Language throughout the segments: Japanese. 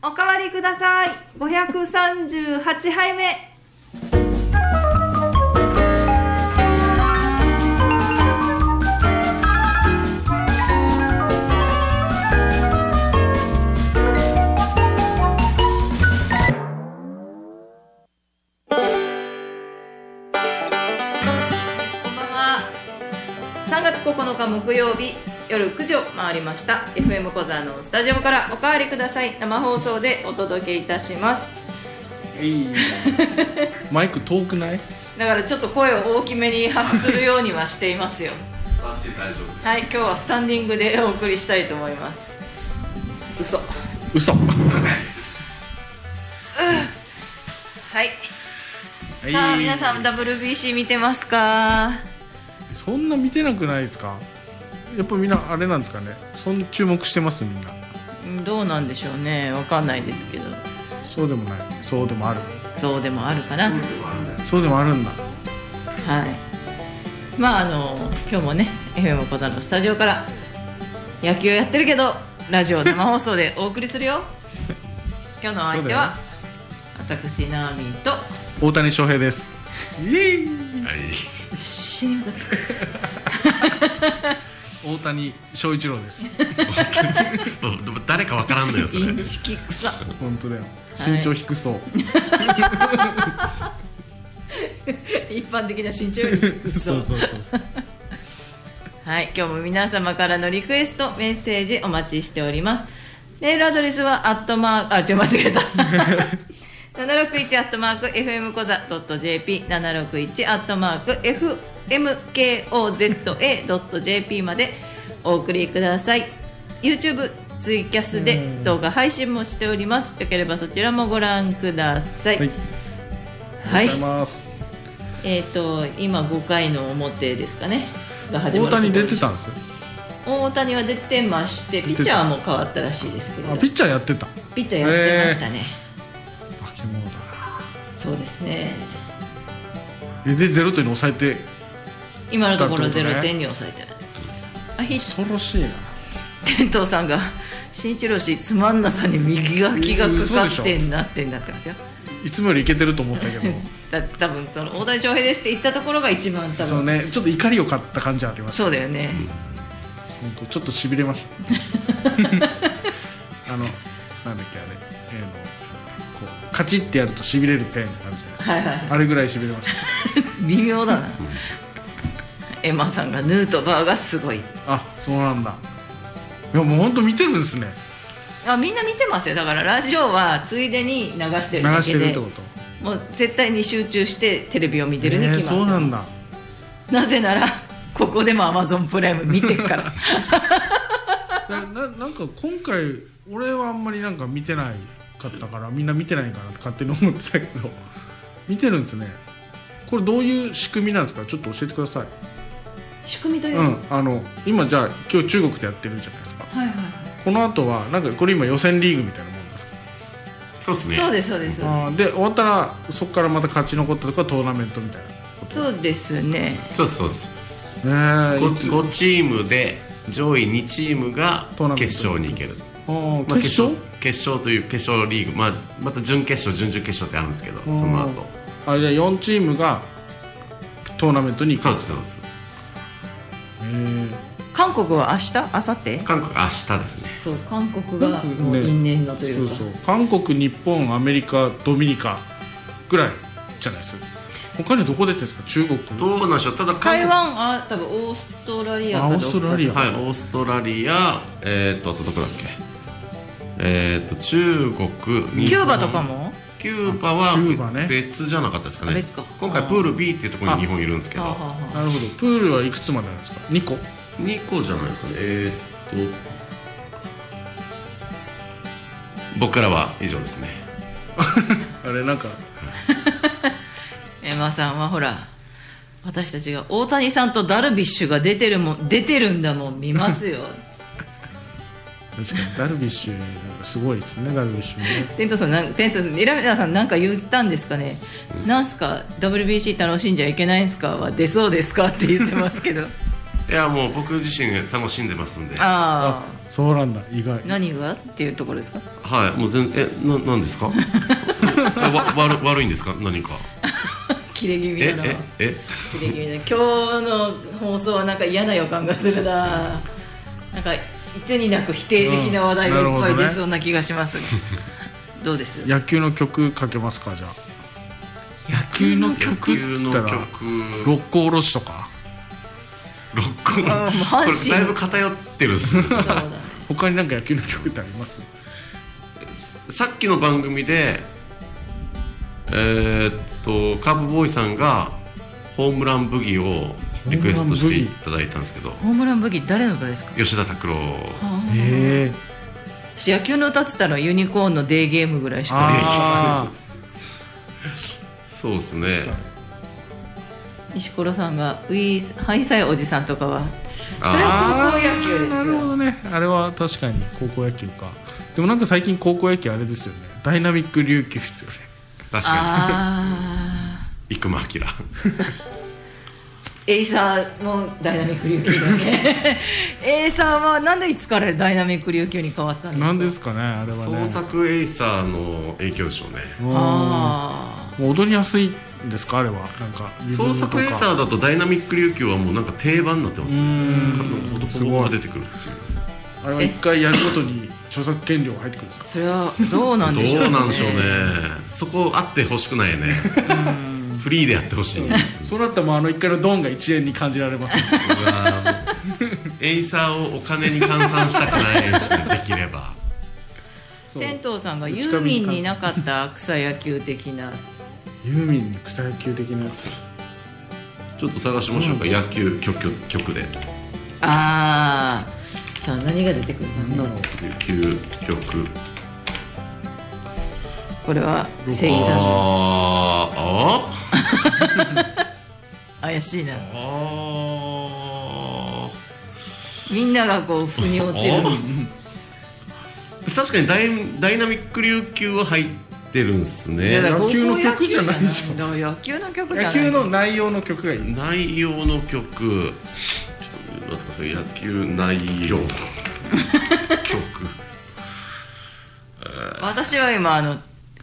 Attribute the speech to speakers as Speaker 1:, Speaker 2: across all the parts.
Speaker 1: おかわりください538杯目こんばんは3月9日木曜日夜9時を回りました FM 小座のスタジオからおかわりください生放送でお届けいたします
Speaker 2: えいマイク遠くない
Speaker 1: だからちょっと声を大きめに発するようにはしていますよ
Speaker 3: バッチリ大丈夫
Speaker 1: はい今日はスタンディングでお送りしたいと思います嘘
Speaker 2: 嘘
Speaker 1: はい、
Speaker 2: えい
Speaker 1: さあ皆さん WBC 見てますか
Speaker 2: そんな見てなくないですかやっぱみんなあれなんですかねそん注目してますみんな
Speaker 1: うんどうなんでしょうねわかんないですけど
Speaker 2: そうでもないそうでもある
Speaker 1: そうでもあるかな、
Speaker 2: そうでもあるんだ
Speaker 1: はい。まああの今日もね FM 小座のスタジオから野球をやってるけどラジオ生放送でお送りする よ。今日のお相手は、私ナーミンと
Speaker 2: 大谷翔平ですイエーイ
Speaker 3: はい
Speaker 1: 死にムカつく。
Speaker 2: 大谷翔一郎です
Speaker 3: もうでも誰かわからんのよそれ
Speaker 1: インチキ臭。
Speaker 2: 本当だよ身長低そう、
Speaker 1: 一般的な身長より
Speaker 2: そうそうそうそう
Speaker 1: はい、今日も皆様からのリクエスト、メッセージお待ちしております。メールアドレスは、アットマーク、あ、ちょ、間違え た。761アットマーク、FM コザ .jp、761アットマーク、FMKOZA.jp までお送りください。YouTube、ツイキャスで動画配信もしております。よければそちらもご覧ください。
Speaker 2: はいあ
Speaker 1: は
Speaker 2: り
Speaker 1: い
Speaker 2: がとうございます、
Speaker 1: えっ、と、今5回の表ですかね。が始ま
Speaker 2: 大
Speaker 1: るところ
Speaker 2: 谷
Speaker 1: で
Speaker 2: 出てたんですよ
Speaker 1: 大谷は出てましてピッチャーも変わったらしいですけれ
Speaker 2: あ
Speaker 1: ど
Speaker 2: ピッチャーやってた
Speaker 1: ピッチャーやってましたね、
Speaker 2: 化け物だな
Speaker 1: そうですね
Speaker 2: えで0点に抑えて
Speaker 1: 今のところ
Speaker 2: だってことね
Speaker 1: 0点に抑えてない、あひ
Speaker 2: 恐ろしいな
Speaker 1: 天童さんが新一郎氏つまんなさに右書きがかかってんなってなってますよ
Speaker 2: いつもよりいけてると思ったけど
Speaker 1: だ多分その大谷翔平ですって言ったところが一番多分
Speaker 2: そうね、ちょっと怒りを買った感じはありました
Speaker 1: そうだよね
Speaker 2: 本当ちょっとしびれました あのなんだっけあれ、えーのこうカチッてやるとしびれるペンあるじゃないですか
Speaker 1: はいはい
Speaker 2: あれぐらいしびれました
Speaker 1: 微妙だなエマさんがヌートバーがすごい
Speaker 2: あそうなんだいやもう本当見てるんですね
Speaker 1: あみんな見てますよだからラジオはついでに流して
Speaker 2: 流
Speaker 1: るだ
Speaker 2: し
Speaker 1: け
Speaker 2: てる
Speaker 1: で
Speaker 2: ってこと
Speaker 1: もう絶対に集中してテレビを見てるに
Speaker 2: えー
Speaker 1: 決まって
Speaker 2: そう
Speaker 1: ま
Speaker 2: なんだ
Speaker 1: すなぜならここでもアマゾンプライム見てっ から
Speaker 2: なななんか今回俺はあんまりなんか見てないかったからみんな見てないかなって勝手に思ってたけど見てるんですねこれどういう仕組みなんですかちょっと教えてください
Speaker 1: 仕組みという
Speaker 2: う
Speaker 1: か、
Speaker 2: ん、あの今じゃあ今日中国でやってるじゃないですか
Speaker 1: はいはいは
Speaker 2: この後はなんかこれ今予選リーグみたいなもんですか、
Speaker 3: そうっす
Speaker 1: い
Speaker 3: ね
Speaker 1: そうですそうです
Speaker 2: あーで終わったらそこからまた勝ち残ったとかトーナメントみたい
Speaker 1: そうですね
Speaker 3: そうですそうです
Speaker 2: なねえいつ
Speaker 3: 5, チームで上位2チームが
Speaker 2: トーナメント
Speaker 3: 決勝に行ける、
Speaker 2: あー
Speaker 3: まあ
Speaker 2: 決勝
Speaker 3: 決勝という決勝リーグ、まあ、また準決勝準々決勝ってあるんですけど
Speaker 2: ん
Speaker 3: その後
Speaker 2: あじゃあ4チームがトーナメントに行く
Speaker 3: そうですそうです
Speaker 2: へー
Speaker 1: 韓国は明日明後日
Speaker 3: 韓国明日ですね
Speaker 1: そう韓国が
Speaker 2: 韓国
Speaker 1: もう
Speaker 2: ね
Speaker 1: 因縁のとい
Speaker 2: そう
Speaker 1: うか、
Speaker 2: そう韓国日本アメリカドミニカぐらいじゃないですか他にはどこ出てるんですか中国
Speaker 3: どうなんでしょうただ韓国
Speaker 1: 台湾あ多分オーストラリアかどっか
Speaker 2: あオーストラリア
Speaker 3: はい、オーストラリア、えー、とあとどこだっけ、えー、と中国
Speaker 1: キ
Speaker 3: キ
Speaker 1: ューバとかも
Speaker 3: キューバは
Speaker 2: キューバね
Speaker 3: 別じゃなかったですかね
Speaker 1: あ別か
Speaker 3: 今回プール B っていうところに日本いるんですけど
Speaker 1: はあはあはあ
Speaker 2: なるほどプールはいくつまであるんですか2個
Speaker 3: 2個じゃないですかねえー、っと僕らは以上ですね
Speaker 2: あれなんか
Speaker 1: エマさんはほら私たちが大谷さんとダルビッシュが出てるもん出てるんだもん見ますよ
Speaker 2: 確かにダルビッシュすごいですねダルビッシュもね
Speaker 1: テントさんなんテントさんエラミナさんなんか言ったんですかねなんすか WBC 楽しんじゃいけないんすかは 出そうですかって言ってますけど
Speaker 3: いやもう僕自身楽しんでますんで
Speaker 1: ああ
Speaker 2: そうなんだ意外
Speaker 1: 何がっていうところですか
Speaker 3: はいもう全えななんですか わ悪悪いんですか何か
Speaker 1: 切れ気味だな
Speaker 3: えええ
Speaker 1: 切れ気味だな今日の放送はなんか嫌な予感がするななんかいつになく否定的な話題がいっぱい出そうな気がし ます、どうです
Speaker 2: 野球の曲かけますかじゃあ野球の曲っ
Speaker 3: 野
Speaker 2: つ
Speaker 3: 球
Speaker 2: った
Speaker 3: の
Speaker 2: ら「
Speaker 3: 曲
Speaker 2: 六甲おろし」とか
Speaker 3: 六個の
Speaker 1: あもう阪神
Speaker 3: これだいぶ偏ってるっ すね
Speaker 1: そうだね
Speaker 2: 他になんか野球の曲ってあります
Speaker 3: さっきの番組でえーっとカーブボーイさんがホームランブギをリクエストしていただいたんですけど
Speaker 1: ホームランブギー誰の歌ですか
Speaker 3: 吉田拓郎
Speaker 2: ええ
Speaker 1: 私野球の歌って言ったらユニコーンのデーゲームぐらいしか
Speaker 2: あ
Speaker 3: そうですね
Speaker 1: 石ころさんが「ウィーハイサイおじさん」とかは
Speaker 3: あー
Speaker 1: それは
Speaker 2: あ
Speaker 1: 高校野球
Speaker 2: ーなるほ
Speaker 1: で
Speaker 2: どねあれは確かに高校野球かでもなんか最近高校野球あれですよねダイナミック琉球ですよね
Speaker 3: 確
Speaker 1: す
Speaker 3: か
Speaker 1: あ
Speaker 3: に生間明
Speaker 1: あエイサーもダイナミック琉球だしねエイサーはなんでいつからダイナミック琉球に変わったんですか
Speaker 2: なんですかねあれはね
Speaker 3: 創作エイサーの影響でしょうね
Speaker 1: あ
Speaker 2: もう踊りやすいんですかあれはなんかリズム
Speaker 3: 創
Speaker 2: とか
Speaker 3: 作エイサーだとダイナミック琉球はもうなんか定番になってます
Speaker 2: う
Speaker 3: ね
Speaker 2: ん
Speaker 3: ほぼ
Speaker 2: す
Speaker 3: ほぼ
Speaker 2: ご
Speaker 3: が
Speaker 2: い
Speaker 3: 出てくるって
Speaker 2: あれは一回やるごとに著作権料が入ってくるんです
Speaker 1: あ
Speaker 2: か
Speaker 1: それはどうなんでし
Speaker 3: いう
Speaker 1: ょうね
Speaker 3: どうなんでしょうねそこあってほしくないよねフリーでやってほしいんです
Speaker 2: そうなったらもうあの一回のドンが1円に感じられますね
Speaker 3: うわーエイサーをお金に換算したくないですねできれば
Speaker 2: そう
Speaker 1: 天童さんがユーミンになかった草野球的な
Speaker 2: ユーミンに草野球的なやつ
Speaker 3: ちょっと探しましょうか、野球曲曲で
Speaker 1: ああさあ何が出てくるか
Speaker 2: なんだ
Speaker 1: ね
Speaker 2: ろう
Speaker 3: 野球曲
Speaker 1: これは関さん
Speaker 3: あーあ
Speaker 1: 怪しいな
Speaker 3: ーあ
Speaker 1: みんながこう腑に落ちる
Speaker 3: ー確かにダイダイナミック琉球は入ってるんです
Speaker 1: いやだ
Speaker 3: ね
Speaker 1: から
Speaker 2: 野球の曲じゃないでしょ
Speaker 1: 高校野球じゃないだから野球の曲じゃない
Speaker 2: 野球の内容の曲がいい
Speaker 3: 内容の曲ちょっと待ってください野球内容曲
Speaker 1: 私は今あの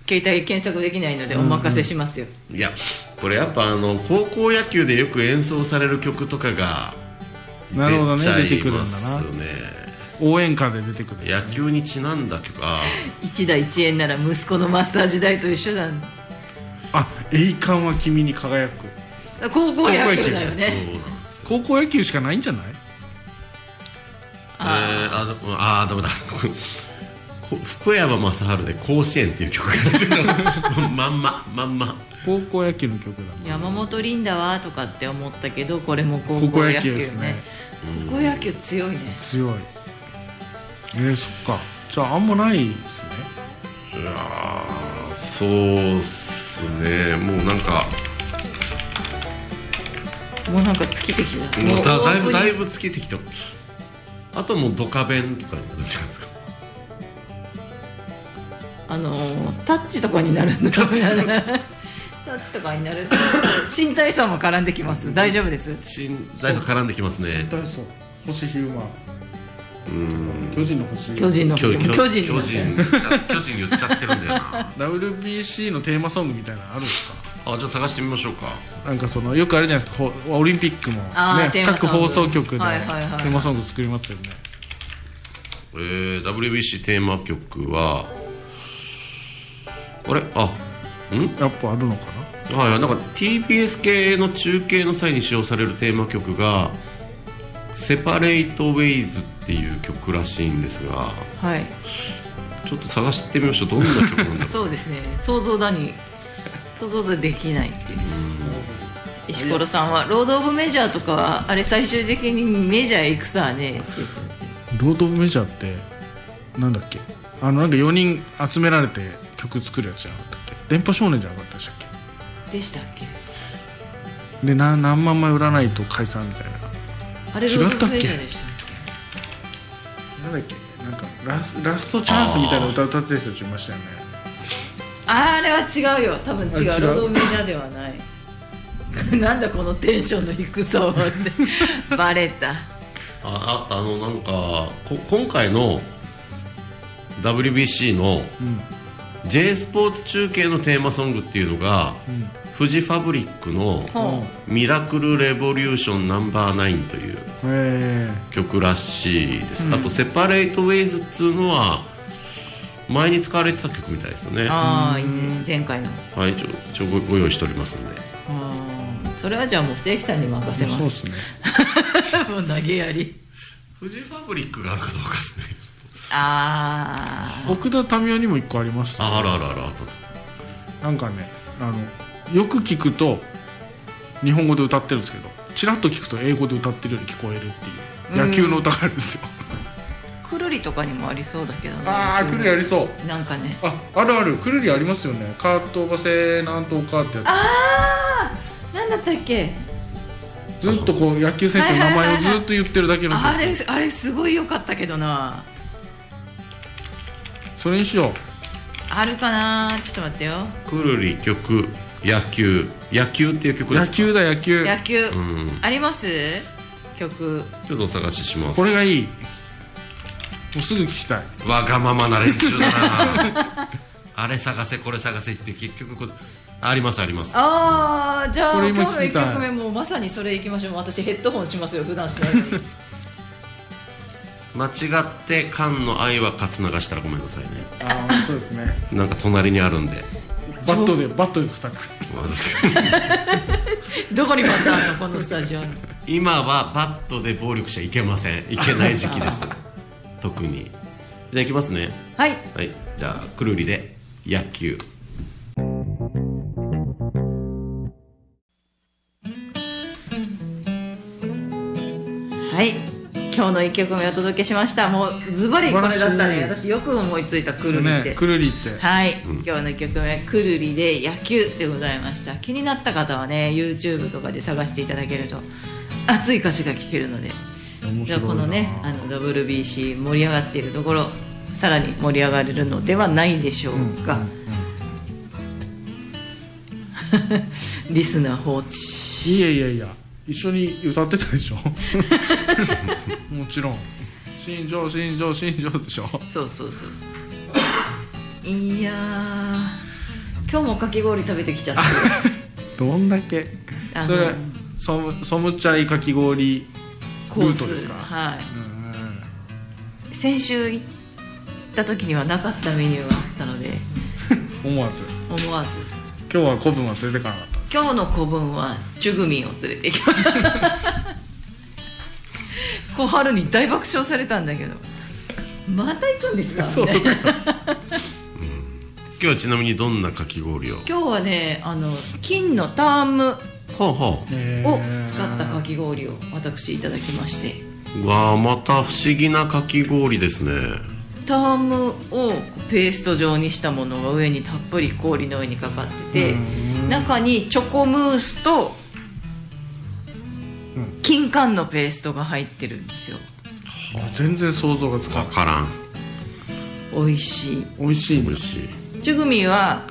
Speaker 1: 携帯検索できないのでお任せしますよ、
Speaker 3: いやこれやっぱあの高校野球でよく演奏される曲とかが
Speaker 2: なるほどね
Speaker 3: 出ちゃ
Speaker 2: 出て
Speaker 3: い
Speaker 2: くる
Speaker 3: ま
Speaker 2: んだ
Speaker 3: す
Speaker 2: な
Speaker 3: よね
Speaker 2: 応援歌で出てくる
Speaker 3: 野球にちなんだ曲あ
Speaker 1: 一1打1円なら息子のマスター時代と一緒だ
Speaker 2: あ栄冠は君に輝く
Speaker 1: 高校野 球だよ
Speaker 3: ー
Speaker 1: ね
Speaker 3: そうなんですよ
Speaker 2: 高校野球しかないんじゃない
Speaker 3: えーあのあーダメだこ福山雅治で「甲子園」っていう曲が出てくるまんままんま
Speaker 2: 高校野球の曲だね
Speaker 1: 山本リンダはとかって思ったけどこれも高校
Speaker 2: 高校
Speaker 1: 野
Speaker 2: 野
Speaker 1: 球
Speaker 2: 球
Speaker 1: ね
Speaker 2: ですね
Speaker 1: 高校野球強いね
Speaker 2: 強いえー、そっかじゃああんまないですね
Speaker 3: いやーそうっすねもうなんか
Speaker 1: もうなんか尽きてきた
Speaker 3: もうだ
Speaker 1: オ
Speaker 3: だい
Speaker 1: ープニン
Speaker 3: ぶ
Speaker 1: グ
Speaker 3: だいぶつけてきたあともうドカベンとかになるじゃないですか
Speaker 1: あのータッチとかになるんだタタッチとかにな ると身体差も絡んできます大丈夫です
Speaker 3: 新大層絡んできますね
Speaker 2: 大そう星ヒューマ
Speaker 3: うん
Speaker 2: ン巨人の星
Speaker 1: 巨人の
Speaker 3: 巨
Speaker 1: 巨
Speaker 3: 人巨人
Speaker 1: 人の
Speaker 3: 巨人言っちゃってるんだよな
Speaker 2: WBC のテーマソングみたいなのあるんですか
Speaker 3: あじゃあ探してみましょうか
Speaker 2: なんかそのよくあるじゃないですかほオリンピックも、
Speaker 1: あーテ
Speaker 2: ね、
Speaker 1: ーマソン
Speaker 2: 各
Speaker 1: グ
Speaker 2: 放送局でテ
Speaker 1: はいはいはい
Speaker 2: ーマソング作りますよね、
Speaker 3: えー、WBC テーマ曲はあれあん
Speaker 2: やっぱあるのかな
Speaker 3: はいなんか TBS 系の中継の際に使用されるテーマ曲が「セパレート・ウェイズ」っていう曲らしいんですが
Speaker 1: はい
Speaker 3: ちょっと探してみましょうどんな曲なんだろう
Speaker 1: そうですね想像だに想像だできないっていう石ころさんは「ロード・オブ・メジャー」とかはあれ最終的にメジャー行くさねって言ってますね
Speaker 2: ロード・オブ・メジャーってなんだっけあのなんか4人集められて曲作るやつじゃなかったっけ電波少年じゃなかったでしたっ
Speaker 1: でしたっけ
Speaker 2: けでな何万枚売らないと解散みたいな
Speaker 1: あれ
Speaker 2: 違っ
Speaker 1: ロ
Speaker 2: たっ
Speaker 1: ード・
Speaker 2: け
Speaker 1: オブ・メジャーでしたっけ
Speaker 2: なんだっけなんかラスラストチャンスみたいな歌歌ってる人たちいましたよね
Speaker 1: ああれは違うよ多分違う
Speaker 2: あ違う
Speaker 1: ロード・オブ・メジャーではない なんだこのテンションの低さはってバレた
Speaker 3: ああとあのなんかこ今回の WBC の
Speaker 2: うん
Speaker 3: J スポーツ中継のテーマソングっていうのが
Speaker 2: うん
Speaker 3: フジファブリックの
Speaker 1: ほ
Speaker 3: 「ミラクルレボリューションナンバーナインという
Speaker 2: え
Speaker 3: 曲らしいです、あと「セパレートウェイズ」っつうのは前に使われてた曲みたいですよね
Speaker 1: う
Speaker 3: は
Speaker 1: ああ以前前回の
Speaker 3: いちょちょごご用意しておりますんで
Speaker 1: あーそれはじゃあもう正規さんに任
Speaker 2: え
Speaker 1: せま
Speaker 2: そうっ
Speaker 1: す
Speaker 2: すね
Speaker 1: もう投げやり
Speaker 3: フジファブリックがあるかどうかですね
Speaker 1: あ
Speaker 2: 奥田民生にも一個ありました
Speaker 3: ああるあるあるあった
Speaker 2: なんかねあのよく聞くと日本語で歌ってるんですけどちらっと聞くと英語で歌ってるように聞こえるっていう野球の歌があるんですよ、
Speaker 1: あくるりとかにもありそうだけどね
Speaker 2: ああくるりありそう
Speaker 1: なんかね
Speaker 2: ああるあるくるりありますよねカートバセなんとかってや
Speaker 1: ああなんだったっけ
Speaker 2: つずっとこう野球選手の名前をずっと言ってるだけの
Speaker 1: あれ
Speaker 2: 曲
Speaker 1: あれすごい良かったけどな
Speaker 2: それにしよう
Speaker 1: あるかなちょっと待ってよ
Speaker 3: くるり曲野球野球っていう曲で
Speaker 2: 野
Speaker 3: すか
Speaker 2: 球だ野球
Speaker 1: 野球、
Speaker 3: うん
Speaker 1: あります曲
Speaker 3: ちょっとお探しします
Speaker 2: これがいいもうすぐ聞きたい
Speaker 3: わがままな連中だ なあれ探せこれ探せって結局こありますあります
Speaker 1: ああじゃあ
Speaker 2: これ
Speaker 1: 今
Speaker 2: 今
Speaker 1: 日の
Speaker 2: 聞
Speaker 1: 1
Speaker 2: きたい
Speaker 1: 曲目もうまさにそれいきましょう私ヘッドホンしますよ普段しないのに
Speaker 3: 間違って「缶の愛は勝つ流したらごめんなさいね
Speaker 2: ああそうですね
Speaker 3: なんか隣にあるんで
Speaker 2: バットでバットで叩く
Speaker 1: どこにバッターのこのスタジオに
Speaker 3: 今はバットで暴力者いけませんいけない時期です 特にじゃあいきますね
Speaker 1: はい
Speaker 3: はいじゃあくるりで野球
Speaker 1: はい今日の1曲目お届けしましたもうズバリこれだったね
Speaker 2: 素晴らし
Speaker 1: 私よく思いついたくるりって、
Speaker 2: ねくるりって
Speaker 1: はい、今日の曲目「くるり」で「野球」でございました気になった方はね YouTube とかで探していただけると熱い歌詞が聴けるので
Speaker 2: 面
Speaker 1: じ
Speaker 2: 白
Speaker 1: ゃあ
Speaker 2: いな
Speaker 1: このねあの WBC 盛り上がっているところさらに盛り上がれるのではないでしょうか、リスナー放置
Speaker 2: いやいやいや一緒に歌ってたでしょ もちろん新庄新庄新庄でしょ
Speaker 1: そうそうそうそういやー今日もかき氷食べてきちゃった
Speaker 2: どんだけ
Speaker 1: あの
Speaker 2: それソムソムチャイかき氷
Speaker 1: コー
Speaker 2: ルートで
Speaker 1: ス
Speaker 2: すか
Speaker 1: は
Speaker 2: うん
Speaker 1: い先週行った時にはなかったメニューがあったので
Speaker 2: 思わず
Speaker 1: 思わず
Speaker 2: 今日は古文は連れてかなかったんで
Speaker 1: 今日の古文はチュグミンを連れて行きました小春に大爆笑されたんだけどまた行くんですか
Speaker 2: すそう
Speaker 1: みたいな
Speaker 3: 今日はちなみにどんなかき氷を
Speaker 1: 今日はねあの金のターム
Speaker 3: ほうほ
Speaker 1: を使ったかき氷を私いただきまして
Speaker 3: ううわあまた不思議なかき氷ですね
Speaker 1: タームをペースト状にしたものが上にたっぷり氷の上にかかってて中にチョコムースと
Speaker 2: うん
Speaker 1: 金柑のペーストが入ってるんですよ
Speaker 2: 全然想像がつか
Speaker 3: わ
Speaker 2: ない
Speaker 3: からん
Speaker 1: 美味しい
Speaker 2: 美味しい
Speaker 3: 美
Speaker 2: ね
Speaker 3: 味しい
Speaker 1: チュグミは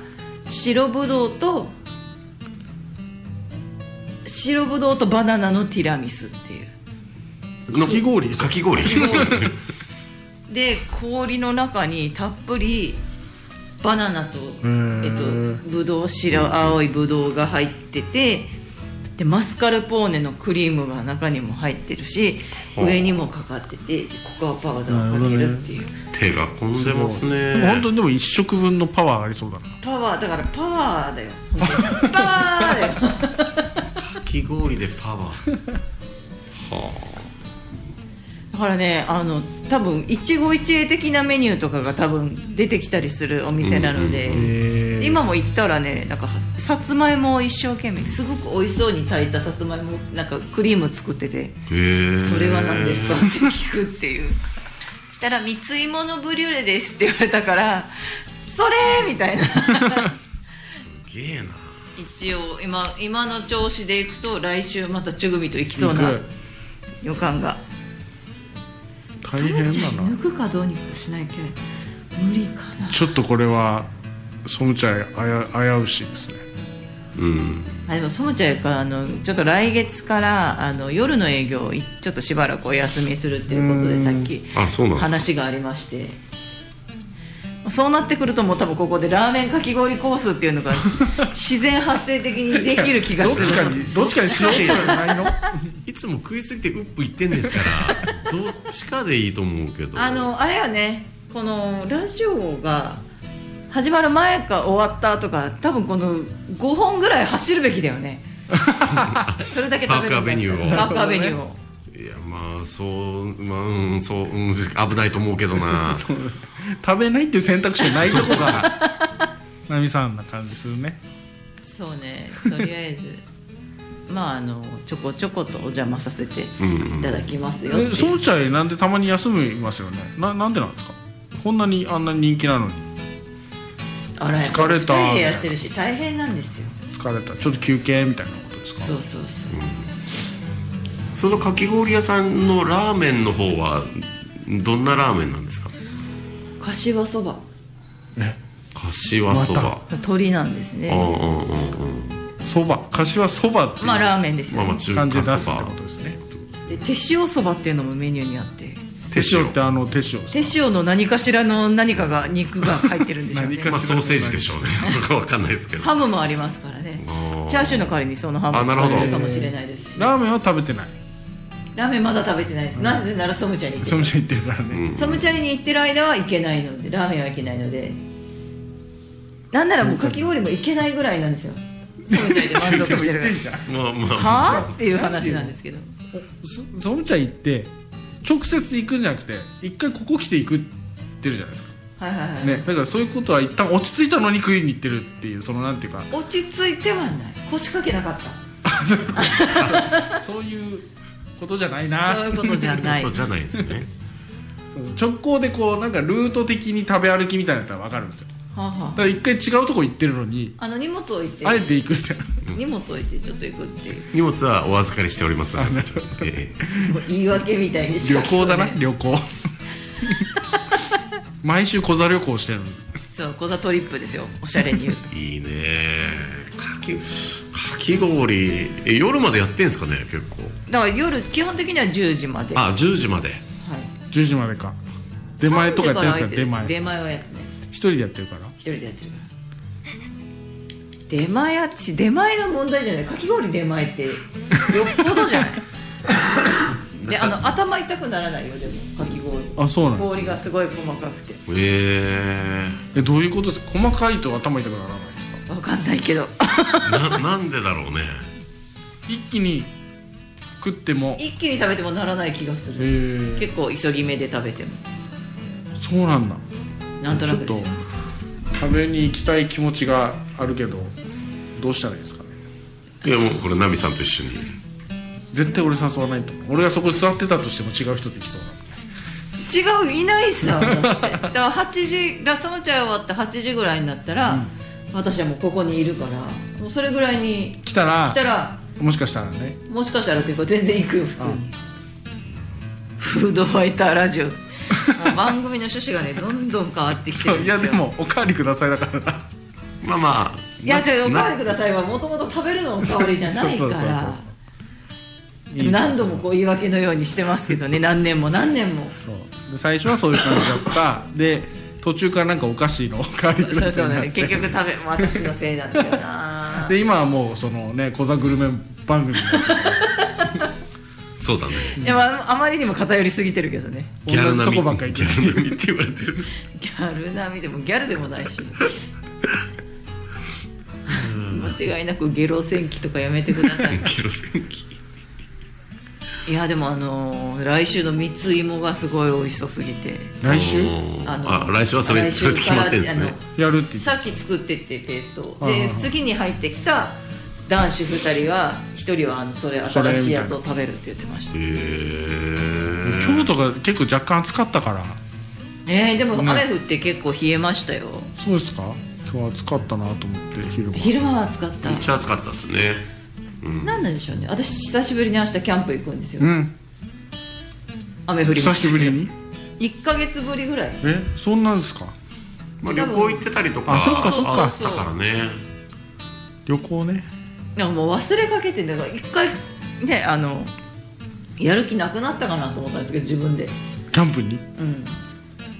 Speaker 1: 白ぶどうと白ぶどうとバナナのティラミスっていう
Speaker 2: かき氷
Speaker 3: かき氷
Speaker 1: で氷の中にたっぷりバナナと、
Speaker 2: ん
Speaker 1: えっと、ぶどう白青いぶどうが入っててでマスカルポーネのクリームが中にも入ってるし
Speaker 3: はあ
Speaker 1: 上にもかかっててココアパウダーをかけるっていう、
Speaker 3: 手が込んでますね
Speaker 2: でも本当にでも一食分のパワーありそうだな
Speaker 1: パワーだからパワーだよ本当にパワーだよ
Speaker 3: かき氷でパワーは
Speaker 1: だからねあの多分一期一会的なメニューとかが多分出てきたりするお店なので、
Speaker 2: え
Speaker 1: 今も行ったらねなんかさつまいもを一生懸命すごく美味しそうに炊いたさつまいもなんかクリーム作ってて
Speaker 3: あへえ
Speaker 1: 「それは何ですか?」って聞くっていうしたら「三つ芋のブリュレです」って言われたから「それ!」みたい な
Speaker 3: すげえな
Speaker 1: 一応今今の調子でいくと来週またチュグミと行きそうな予感が
Speaker 2: 大変
Speaker 1: そうちゃ
Speaker 2: だ
Speaker 1: ん
Speaker 2: な
Speaker 1: 抜くかどうにかしないけ無理かな
Speaker 2: ちょっとこれはソムチャイあや危うしですね
Speaker 3: うん
Speaker 1: あでもそうちゃんがあのちょっと来月からあの夜の営業をいちょっとしばらくお休みするっていうことで
Speaker 2: うん
Speaker 1: さっき
Speaker 3: あそうなんですか
Speaker 1: 話がありましてそうなってくるともう多分ここでラーメンかき氷コースっていうの が自然発生的に できる気が
Speaker 2: どっ
Speaker 1: す
Speaker 2: ちか
Speaker 1: る
Speaker 2: にどっちかにしようとかじゃ ないの
Speaker 3: いつも食いすぎてウップ言ってんですからどっちかでいいと思うけど
Speaker 1: あのあれよねこのラジオが始まる前か終わったとか多分この5本ぐらい走るべきだよ ねそれだけ食べるんだったら
Speaker 3: パークアベニュー
Speaker 1: パ
Speaker 3: を
Speaker 1: ークアベニューを
Speaker 3: いやまあそうまあうんそう、うん、危ないと思うけどな
Speaker 2: そう食べないっていう選択肢がないとこが奈美さんな感じするね
Speaker 1: そうねとりあえず まああのちょこちょことお邪魔させていただきますよっていう
Speaker 2: えそうちゃんなんでたまに休みますよねななんでなんですかこんなにあんなに人気なのに
Speaker 1: あらやっぱ
Speaker 2: 疲れた
Speaker 1: 二人でやってるし大変なんですよ
Speaker 2: 疲れたちょっと休憩みたいなことですか
Speaker 1: そうそうそう
Speaker 3: そのかき氷屋さんのラーメンの方はどんなラーメンなんですか
Speaker 1: 柏そば
Speaker 2: ね
Speaker 3: 柏そば
Speaker 1: 鳥なんです
Speaker 3: うんう
Speaker 1: ね
Speaker 3: んうんうん
Speaker 2: そば柏そばって
Speaker 1: まあ
Speaker 2: い
Speaker 1: ラーメンです
Speaker 3: ま
Speaker 1: よ、ね
Speaker 3: あまあ中
Speaker 2: う感じで
Speaker 3: 華
Speaker 2: 出す
Speaker 3: そ
Speaker 2: って
Speaker 3: ば
Speaker 2: ことですね
Speaker 1: で手塩そばっていうのもメニューにあって
Speaker 2: 手塩ってあの手塩
Speaker 1: 手塩の何かしらの何かが肉が入ってるんでしょうね
Speaker 2: 何か
Speaker 3: まあソーセージでしょうねなんかわかんないですけど
Speaker 1: ハムもありますからね
Speaker 3: あ
Speaker 1: チャーシューの代わりにそのハム
Speaker 3: あなる
Speaker 1: 使
Speaker 3: ほど
Speaker 1: ってるかもしれないですしラ
Speaker 2: ラーメンは食べてない
Speaker 1: ーメンまだ食べてないです、なぜならソムチャに行って
Speaker 2: そ
Speaker 1: る
Speaker 2: の人言ってるからね、
Speaker 1: サムチャリに行ってる間は行けないのでラーメンは行けないのでなんならもうかき氷も行けないぐらいなんですよサムチャリ で満足してる
Speaker 2: 言ってんじゃん
Speaker 3: まあまあ
Speaker 1: はあっていう話なんですけど
Speaker 2: そそのちゃん行って直接行くんじゃなくて一回ここ来て行くって言ってるじゃないですか
Speaker 1: はいはいはい、
Speaker 2: ねだからそういうことは一旦落ち着いたのに食いに行ってるっていうそのなんていうか
Speaker 1: 落ち着いてはない腰掛けなかっ
Speaker 2: そういうことじゃない
Speaker 1: た
Speaker 2: な
Speaker 1: そういうことじゃない
Speaker 3: そうじゃないですね
Speaker 2: 直行でこうなんかルート的に食べ歩きみたいなのやったら分かるんですよ
Speaker 1: はあは
Speaker 2: だから一回違うとこ行ってるのに
Speaker 1: ああの荷物置いて
Speaker 2: あえて行くみたいな
Speaker 1: 荷物置いてちょっと行くっていう
Speaker 3: 荷物はお預かりしておりますのでちょっとええ
Speaker 1: もう言い訳みたいにし
Speaker 2: 旅
Speaker 1: か聞こ
Speaker 2: 行
Speaker 1: え
Speaker 2: だ
Speaker 1: な
Speaker 2: ない旅 行毎週小座旅行してるのに
Speaker 1: そうこざトリップですよおしゃれに言うと
Speaker 3: いいねかきかき氷え夜までやってんすかね結構
Speaker 1: だから夜基本的には10時まで、は
Speaker 3: あ10時まで
Speaker 1: い、
Speaker 2: 10時までか出前とかやってるんですか
Speaker 1: 3時
Speaker 2: 出
Speaker 1: ら空い
Speaker 2: 前
Speaker 1: てる出前はやってないです
Speaker 2: 一人でやってるから
Speaker 1: 一人でやってるから出前やち出前の問題じゃないかき氷出前ってよっぽどじゃないであの頭痛くならないよでもかき氷
Speaker 2: あそうなんです
Speaker 1: 氷がすごい細かくて
Speaker 3: え
Speaker 2: えどういうことですか細かいと頭痛くならないですか
Speaker 1: わかんないけど
Speaker 3: えな なんでだろうね
Speaker 2: 一気に食ってもへ
Speaker 1: 一気に食べてもならない気がする
Speaker 2: え
Speaker 1: 結構急ぎ目で食べても
Speaker 2: そうなんだ
Speaker 1: なんとなくで
Speaker 2: ちょ
Speaker 1: す
Speaker 2: っ
Speaker 1: よ
Speaker 2: と食べに行きたい気持ちがあるけどどうしたらいいですかね
Speaker 3: いやもうこれナミさんと一緒に
Speaker 2: 絶対俺誘わないと思う俺がそこに座ってたとしても違う人できそうな
Speaker 1: 違ういないっすよだってだから8時ラスムチャイ終わって8時ぐらいになったら、私はもうここにいるからもうそれぐらいに
Speaker 2: 来たら
Speaker 1: 来たら
Speaker 2: もしかしたらね
Speaker 1: もしかしたらっていうか全然行くよ普通にフードファイターラジオあ番組の趣旨がねどんどん変わってきてるん
Speaker 2: い
Speaker 1: ですよ
Speaker 2: やでもおかわりくださいだからな
Speaker 3: まあまあ
Speaker 1: いやじゃあおかわり
Speaker 3: な
Speaker 1: くださいはもともと食べるのおかわりじゃないか
Speaker 2: そうそうそうそう
Speaker 1: ら
Speaker 2: そう
Speaker 1: でも何度もこう言い訳のようにしてますけどね何年も何年も
Speaker 2: そうで最初はそういう感じだったで途中からなんかおかしいのおかわりく
Speaker 1: そ
Speaker 2: だ
Speaker 1: う
Speaker 2: さ
Speaker 1: そ
Speaker 2: いうになっ
Speaker 1: ね
Speaker 2: て
Speaker 1: 結局食べ私のせいなんだよな
Speaker 2: で今はもうそのね小座グルメ番組になってるから
Speaker 3: そうだね
Speaker 1: いやまああまりにも偏りすぎてるけどね
Speaker 3: ギャル
Speaker 2: 同じと
Speaker 3: 並
Speaker 2: こ
Speaker 3: み
Speaker 2: ばっか行って
Speaker 3: ギャル並みって言われてる
Speaker 1: ギャル並みでもギャルでもないし間違いなくゲロ戦記とかやめてください
Speaker 3: ゲロ戦記
Speaker 1: いやでもあのー来週の三つ芋がすごい美味しそうすぎて
Speaker 2: 来週
Speaker 3: う
Speaker 1: の
Speaker 3: んあ来週はそれ
Speaker 1: 来
Speaker 3: そ
Speaker 1: 週
Speaker 3: れって決
Speaker 1: から
Speaker 3: まってんです
Speaker 1: あ
Speaker 3: ね
Speaker 1: の
Speaker 2: やるって言って
Speaker 1: さっき作ってってペーストを
Speaker 2: はいはい
Speaker 1: で
Speaker 2: はい
Speaker 1: 次に入ってきた男子2人は1人はあのそれ
Speaker 2: それ
Speaker 1: 新しいやつを食べるって言ってました
Speaker 3: へえ
Speaker 2: 今日とか結構若干暑かったから
Speaker 1: えー、でも
Speaker 2: ね
Speaker 1: 雨降って結構冷えましたよ
Speaker 2: そうですか今日暑かったなと思って昼間
Speaker 1: 昼間は暑かった
Speaker 3: めっちゃ暑かったですねうん
Speaker 1: 何なんでしょうね私久しぶりに明日キャンプ行くんですよ
Speaker 2: うん
Speaker 1: 雨降りま
Speaker 2: 久
Speaker 1: した
Speaker 2: しぶりに
Speaker 1: 1か月ぶりぐらい
Speaker 2: えそんなんですか
Speaker 3: まあ旅行行ってたりとか
Speaker 2: あそっかそっか
Speaker 3: だからね
Speaker 2: 旅旅行ね
Speaker 1: なんかもう忘れかけてんだから一回ねあのやる気なくなったかなと思ったんですけど自分で
Speaker 2: キャンプに
Speaker 1: うん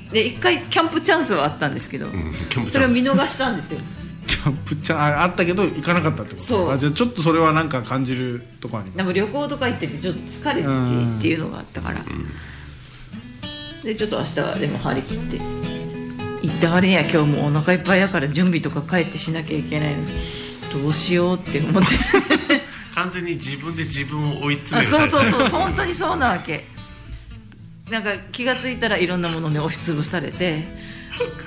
Speaker 1: で一回キャンプチャンスはあったんですけど、
Speaker 3: うんキャンプチ
Speaker 1: そ
Speaker 3: ャ
Speaker 1: れを
Speaker 3: ンス
Speaker 1: 見逃したんですよ
Speaker 2: キャンプちゃんああったけど行かなかったってこと
Speaker 1: そう
Speaker 2: あじゃあちょっとそれはなんか感じるとこあり
Speaker 1: で
Speaker 2: ます
Speaker 1: も旅行とか行っててちょっと疲れて
Speaker 2: うん
Speaker 1: てっていうのがあったから、でちょっと明日はでも張り切って行った割には今日もうお腹いっぱいだから準備とか帰ってしなきゃいけないのにどうしようって思って
Speaker 3: 完全に自分で自分を追い詰
Speaker 1: あ
Speaker 3: めるタ
Speaker 1: そう
Speaker 3: イプ
Speaker 1: そうそう本当にそうなわけなんか気が付いたらいろんなものに押しつぶされて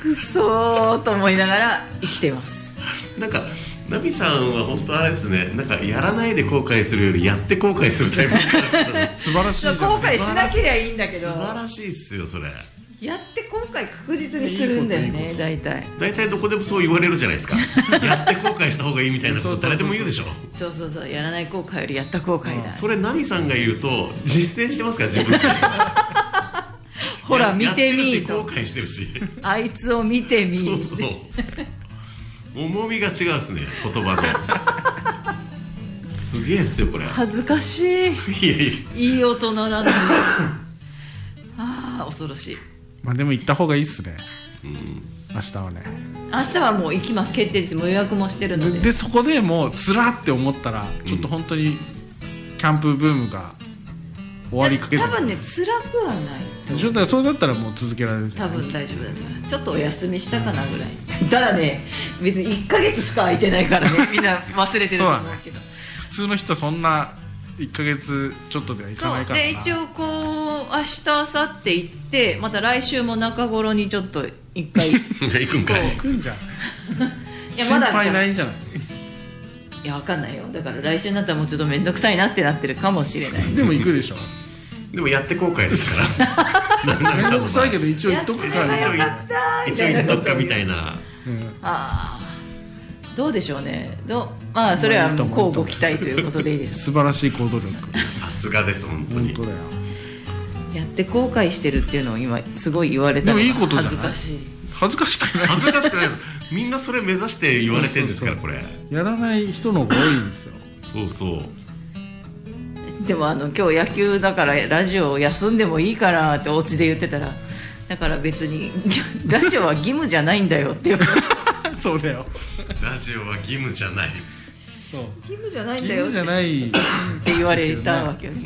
Speaker 1: くそーと思いながら生きています
Speaker 3: なんかナミさんは本当あれですねなんかやらないで後悔するよりやって後悔するタイプって話だね
Speaker 2: 素晴らしいじ
Speaker 1: そ
Speaker 2: ゃ
Speaker 1: うん後悔しなけりゃいいん だけ
Speaker 3: 素
Speaker 1: ど
Speaker 3: 晴らしいっすよそれ
Speaker 1: やって後悔確実にするんだよ
Speaker 2: いい
Speaker 1: ね
Speaker 2: こと
Speaker 1: 大体
Speaker 3: 大体どこでもそう言われるじゃないで すかやって後悔した方がいいみたいなこ
Speaker 2: そう
Speaker 3: と
Speaker 2: そうそう
Speaker 3: 誰でも言うでしょ
Speaker 1: そうそうそうやらない後悔よりやった後悔だ
Speaker 3: それナミさんが言うと実践してますから自分で
Speaker 1: ほら見
Speaker 3: や
Speaker 1: て
Speaker 3: やっる
Speaker 1: み
Speaker 3: し
Speaker 1: ー
Speaker 3: 後
Speaker 1: と
Speaker 3: 悔してるし
Speaker 1: あいつを 見てみ
Speaker 3: そう
Speaker 1: ー
Speaker 3: そう重みが違うっすね言葉 のすげえっすよこれい
Speaker 1: 恥ずかしい
Speaker 3: やいや
Speaker 1: いい大人なの にああ恐ろしい
Speaker 2: まあでも行った方がいいっすね
Speaker 3: うん
Speaker 2: 明日はね
Speaker 1: 明日はもう行きます決定ですもう予約もしてるの
Speaker 2: で
Speaker 1: で
Speaker 2: でそこでもうつらって思ったらちょっと本当にキャンプブームが終わりかけて
Speaker 1: 多分ね辛くはない
Speaker 2: でしょだからそれだったらもう続けられるじゃ
Speaker 1: 多
Speaker 2: ん
Speaker 1: 分大丈夫だと思いますちょっとお休みしたかなぐらいただね別に1ヶ月しか空いてないからね みんな忘れてると思うけど
Speaker 2: 普通の人はそんな1か月ちょっとでは行
Speaker 1: そ
Speaker 2: かないうから
Speaker 1: で
Speaker 2: な
Speaker 1: 一応こう明日明後日行ってまた来週も中頃にちょっと一回い
Speaker 3: 行くんかい
Speaker 2: 行くんじゃん
Speaker 1: や
Speaker 2: 心
Speaker 1: まだ
Speaker 2: 配ないじゃない
Speaker 1: やわかんないよだから来週になったらもうちょっと面倒くさいなってなってるかもしれない
Speaker 2: でも行く でしょ
Speaker 3: でもやって後悔ですから。なんな
Speaker 2: 面
Speaker 3: ら
Speaker 2: 倒くさいけど一応行っ
Speaker 1: 休
Speaker 2: とく
Speaker 1: め
Speaker 2: か
Speaker 1: ば
Speaker 2: ら
Speaker 1: よかったみ
Speaker 3: 一
Speaker 1: た
Speaker 3: 応
Speaker 1: いな
Speaker 3: 言っ
Speaker 1: こと
Speaker 3: とくかみたいな。
Speaker 2: うん
Speaker 1: ああどうでしょうねどうまあそれはもう交互期待ということでいい です
Speaker 2: 素晴らしい行動力
Speaker 3: さすがです本当
Speaker 2: 本
Speaker 3: に
Speaker 2: 当。だよ
Speaker 1: やって後悔してるっていうのを今すごい言われたのが
Speaker 2: でもいいことじゃな
Speaker 1: 恥
Speaker 2: い
Speaker 1: ずかしい
Speaker 2: 恥ずかしくない
Speaker 3: 恥ずかしくないです。みんなそれ目指して言われてるんですから
Speaker 2: そう
Speaker 3: これ。
Speaker 2: やらない人の方が多いんですよ
Speaker 3: そうそう。
Speaker 1: でもあの今日野球だからラジオを休んでもいいからってお家で言ってたらだから別に ラジオは義務じゃないんだよって言われて
Speaker 2: そうだよ
Speaker 3: ラジオは義務じゃない。
Speaker 2: そう
Speaker 1: 義務じゃないん
Speaker 2: 義
Speaker 1: だよっ
Speaker 2: 務じゃ
Speaker 1: て
Speaker 2: ない
Speaker 1: 言われたわけよね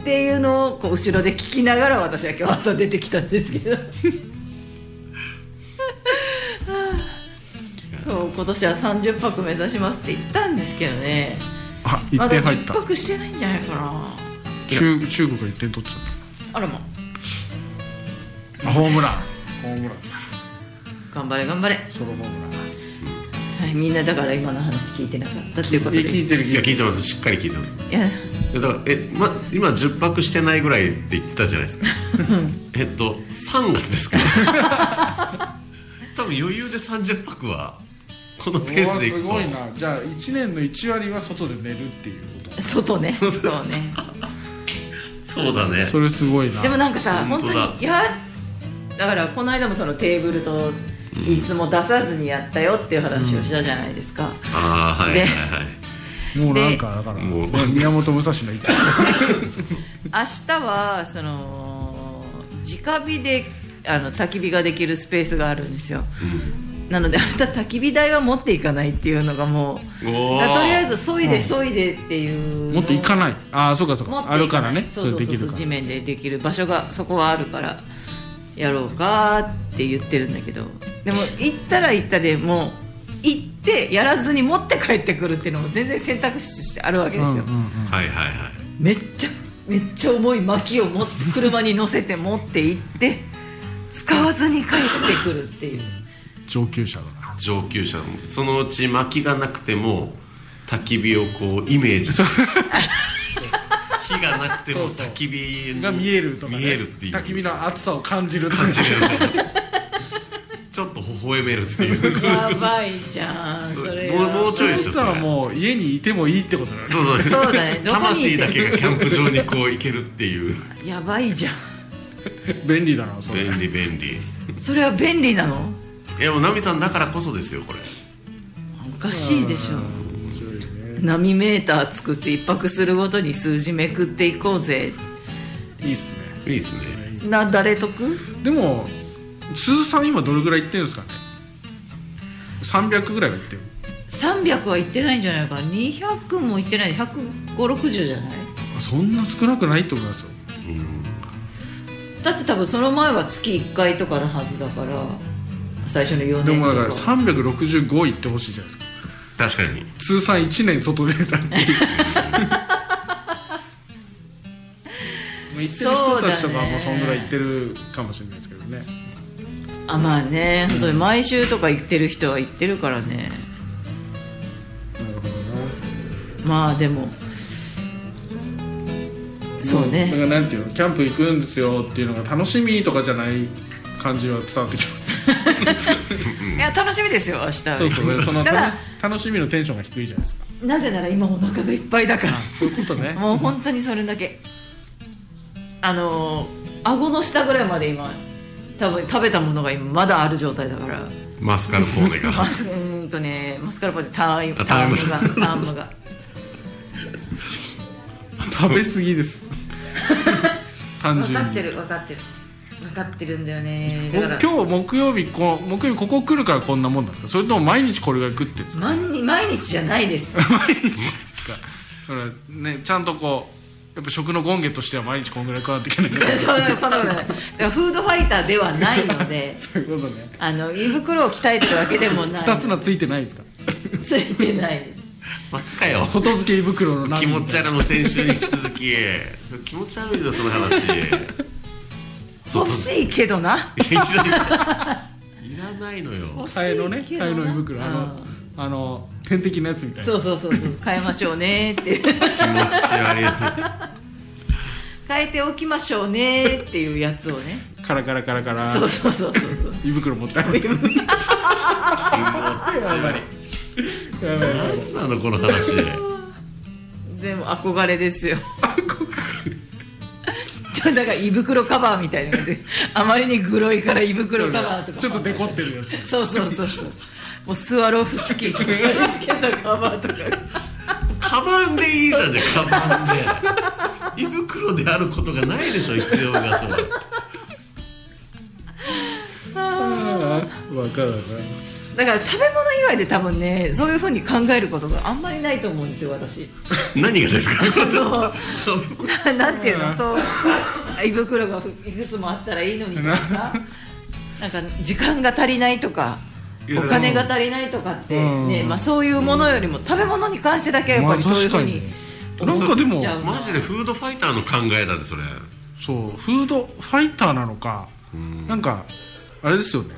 Speaker 1: っていうのをこう後ろで聞きながら私は今日朝出てきたんですけどそう今年は30泊目指しますって言ったんですけどね
Speaker 2: あ一点入っ
Speaker 1: ま
Speaker 2: た
Speaker 1: だ10泊してないんじゃないかな
Speaker 2: 中中国が一点取っちゃっ
Speaker 1: あらま
Speaker 2: たあホームランホームラン
Speaker 1: 頑張れ頑張れ
Speaker 2: ソロホーム
Speaker 1: はい、みんなだから今の話聞いてなかったっていうこと
Speaker 2: ラン
Speaker 1: で
Speaker 2: え聞いてる
Speaker 3: いや
Speaker 2: 聞いてる
Speaker 3: 聞いてますしっかり聞いてます。
Speaker 1: いや
Speaker 3: いやだからえま今十泊してないぐらいって言ってたじゃないですか。 えっと三月ですから。多分余裕で三十泊はこのペー
Speaker 2: うわ
Speaker 3: スでいく
Speaker 2: す
Speaker 3: と。
Speaker 2: ごいなじゃあ一年の一割は外で寝るっていうこ
Speaker 1: 外ねそうね
Speaker 3: そうだね
Speaker 2: と。それすごいな
Speaker 1: でもなんかさ本
Speaker 3: 本当
Speaker 1: 当
Speaker 3: だ
Speaker 1: にやだからこの間もそのテーブルと椅子も出さずにやったよっていう話をしたじゃないですか、
Speaker 3: ああはいはい
Speaker 1: で
Speaker 3: はい。
Speaker 2: もうなんかだから
Speaker 3: もう
Speaker 2: ね宮本武蔵の一点
Speaker 1: 明日はその直火であの焚き火ができるスペースがあるんですよ、なので明日焚き火台は持っていかないっていうのがもう
Speaker 3: おー
Speaker 1: だからとりあえず削いで削いでっていうの
Speaker 2: も
Speaker 1: を
Speaker 2: っと行かないああそうかそう
Speaker 1: 持ってい
Speaker 2: か
Speaker 1: な
Speaker 2: あ
Speaker 1: い
Speaker 2: るからね
Speaker 1: そうそう
Speaker 2: れ
Speaker 1: そう
Speaker 2: でき
Speaker 1: そ
Speaker 2: る
Speaker 1: う
Speaker 2: から
Speaker 1: 地面でできる場所がそこはあるからやろうかって言ってるんだけどでも行ったら行ったでもう行ってやらずに持って帰ってくるっていうのも全然選択肢としてあるわけですよ、
Speaker 2: うんうんうん
Speaker 3: はいはいはい。
Speaker 1: めっちゃめっちゃ重い薪を持って車に乗せて持って行って使わずに帰ってくるっていう
Speaker 2: 上級者だな
Speaker 3: 上級者のそのうち薪がなくても焚き火をこうイメージ火がなくても
Speaker 2: そうそう
Speaker 3: 焚き火の
Speaker 2: が見えるとか、ね、
Speaker 3: 見えるっていう
Speaker 2: 焚き火の熱さを感じるとか
Speaker 3: 感じる ちょっと微笑めるっていうそ
Speaker 1: やばいじゃんそれ
Speaker 3: もうもうちょ
Speaker 2: そ
Speaker 3: いで
Speaker 2: う
Speaker 3: すよ
Speaker 2: し
Speaker 3: そ
Speaker 2: た
Speaker 3: れ
Speaker 2: らもう家にいてもいいってことだよね
Speaker 3: うそう
Speaker 1: そうだねどこにい
Speaker 3: 魂
Speaker 1: て
Speaker 3: だけがキャンプ場にこう行けるっていう
Speaker 1: やばいじゃん
Speaker 2: 便利だなそれ
Speaker 3: 便利便利
Speaker 1: それは便利なの
Speaker 3: いやもうナミさんだからこそですよこれ
Speaker 1: かしいでしょ
Speaker 2: あー面白いね
Speaker 1: 波メーター作って一泊するごとに数字めくっていこうぜ
Speaker 2: いいっすね
Speaker 3: いいですね
Speaker 1: な誰得
Speaker 2: でも通算今どれぐらいいってるんですかね300ぐらいはいってる
Speaker 1: 300はいってないんじゃないか200もいってない15060じゃない
Speaker 2: あそんな少なくないと思いますよ
Speaker 1: だって多分その前は月1回とかのはずだから最初の4
Speaker 2: で
Speaker 1: 年
Speaker 2: も
Speaker 1: と
Speaker 2: だから
Speaker 1: か
Speaker 2: 365いってほしいじゃないですか
Speaker 3: 確かに
Speaker 2: 通算1年外出た っていうまあ行ってる人たちとかはもうそんぐらい行ってるかもしれないですけどね
Speaker 1: あまあね本当に毎週とか行ってる人は行ってるからね
Speaker 2: なるほど
Speaker 1: まあでもそう
Speaker 2: なだ
Speaker 1: ね
Speaker 2: からなんていうのキャンプ行くんですよっていうのが楽しみとかじゃない感じは伝わってきます
Speaker 1: いや楽しみですよ明日
Speaker 2: そうそうねその
Speaker 1: ただ
Speaker 2: 楽し楽しみのテンションが低いじゃないですか
Speaker 1: なぜなら今お腹がいっぱいだから
Speaker 2: そういうことね
Speaker 1: もう本当にそれだけあのー顎の下ぐらいまで今多分食べたものが今まだある状態だから
Speaker 3: マスカルポー ネが
Speaker 1: マスうーんとねマスカルポーチターイ
Speaker 3: あ
Speaker 1: ターム
Speaker 3: タ
Speaker 1: が
Speaker 3: ーム
Speaker 1: タームが
Speaker 2: 食べ過ぎです 単
Speaker 1: 分
Speaker 2: 純
Speaker 1: か
Speaker 2: に
Speaker 1: ってる分かってる分かってるんだよね
Speaker 2: こ
Speaker 1: だから
Speaker 2: 今日木曜日こ木曜日ここ来るからこんなもんなんですかそれとも毎日これが食ってるんですか
Speaker 1: 毎日毎日じゃないです
Speaker 2: 毎日ですかそれはねちゃんとこうやっぱ食の権限としては毎日こんぐらい食わないといけないか
Speaker 1: そ
Speaker 2: ら
Speaker 1: うそうだからフードファイターではないの で
Speaker 2: そういうことね
Speaker 1: あの胃袋を鍛えてるわけでもない
Speaker 2: 二つのついてないですか
Speaker 1: ついてないです
Speaker 3: またかよ
Speaker 2: 外付け胃袋の何
Speaker 3: 気持ち悪いの先週に引き続き気持ち悪いぞその話
Speaker 1: 欲しいけどない
Speaker 3: やいらないいらないのよ
Speaker 1: 欲しい
Speaker 2: 替えのね
Speaker 1: け
Speaker 2: 替
Speaker 1: ど
Speaker 2: え
Speaker 1: な
Speaker 2: の胃袋あのあの点滴のやつみたいな
Speaker 1: そうそうそうそう変えましょうねって いう
Speaker 3: 気持ち悪い
Speaker 1: 変えておきましょうねっていうやつをね
Speaker 2: カラカラカラカラ
Speaker 1: そうそうそうそうそう
Speaker 2: 胃袋持って歩いて
Speaker 3: 気持ち悪い
Speaker 2: やばいやばい
Speaker 3: 何なのこの話
Speaker 1: でも憧れですよちょっとだから胃袋カバーみたいなのであまりにグロいから胃袋カバーとか
Speaker 2: ちょっとデコってるやつ
Speaker 1: そうそうそうそうもうスワロフスキーとかつけたカバーとか
Speaker 3: カバンでいいじゃんじゃあカバンで胃袋であることがないでしょ必要がそれ
Speaker 2: あ あ分かる分かる
Speaker 1: だから食べ物以外で多分ねそういうふうに考えることがあんまりないと思うんですよ私
Speaker 3: 何がですかこれちょっと
Speaker 1: ななんていうのそう胃袋がいくつもあったらいいのにとかさなんか時間が足りないとか
Speaker 3: いや
Speaker 1: お金が足りないとかって、
Speaker 2: うん
Speaker 1: ねまあ、そういうものよりも食べ物に関してだけはやっぱりそういうふうに
Speaker 2: まあ確かになんかでも
Speaker 1: 思っちゃう
Speaker 3: マジでフードファイターの考えだねそれ
Speaker 2: そうフードファイターなのか、なんかあれですよね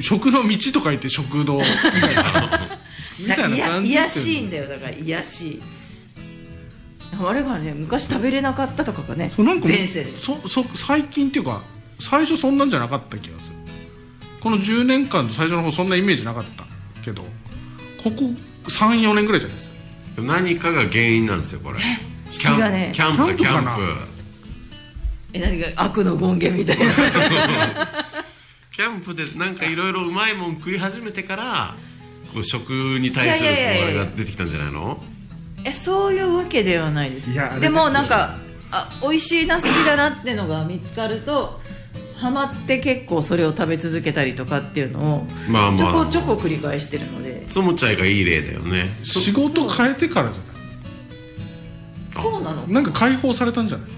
Speaker 2: 食の道とか言って 食堂みたいなみたいな感
Speaker 1: い
Speaker 2: じ
Speaker 1: や癒
Speaker 2: です
Speaker 1: しい
Speaker 2: よ
Speaker 1: ん
Speaker 2: ね
Speaker 1: だよだから癒やしいあれがね昔食べれなかったとかがね
Speaker 2: そうなんか
Speaker 1: 前世で
Speaker 2: そそ最近っていうか最初そんなんじゃなかった気がするこの10年間の最初の方そんなイメージなかったけどここ34年ぐらいじゃないですか
Speaker 3: 何かが原因なんですよこれ
Speaker 1: 引き
Speaker 3: キャン
Speaker 1: がね
Speaker 3: キャンプだ
Speaker 2: キ
Speaker 3: キ
Speaker 2: ャ
Speaker 3: ャ
Speaker 2: ンプ
Speaker 3: ン
Speaker 2: かな
Speaker 3: プ
Speaker 1: え何が悪の権限みたいな
Speaker 3: キャンプでなんかいろいろうまいもん食い始めてからこう食に
Speaker 1: いや
Speaker 3: 対
Speaker 1: い
Speaker 3: するこう
Speaker 1: やいやいや
Speaker 3: あれが出てきたんじゃないの
Speaker 1: えそういうわけではないです
Speaker 2: いやあれ
Speaker 1: で
Speaker 2: です
Speaker 1: も
Speaker 2: よ
Speaker 1: なんかあ美味しいな好きだなってのが見つかるとハマって結構それを食べ続けたりとかっていうのを
Speaker 3: まあ
Speaker 1: ちょ
Speaker 3: ま
Speaker 1: こ
Speaker 3: あ
Speaker 1: ちょこ繰り返してるので
Speaker 3: そもちゃいがいい例だよね
Speaker 2: 仕事変えてからじゃな
Speaker 1: そうなの
Speaker 2: いなんか解放されたんじゃない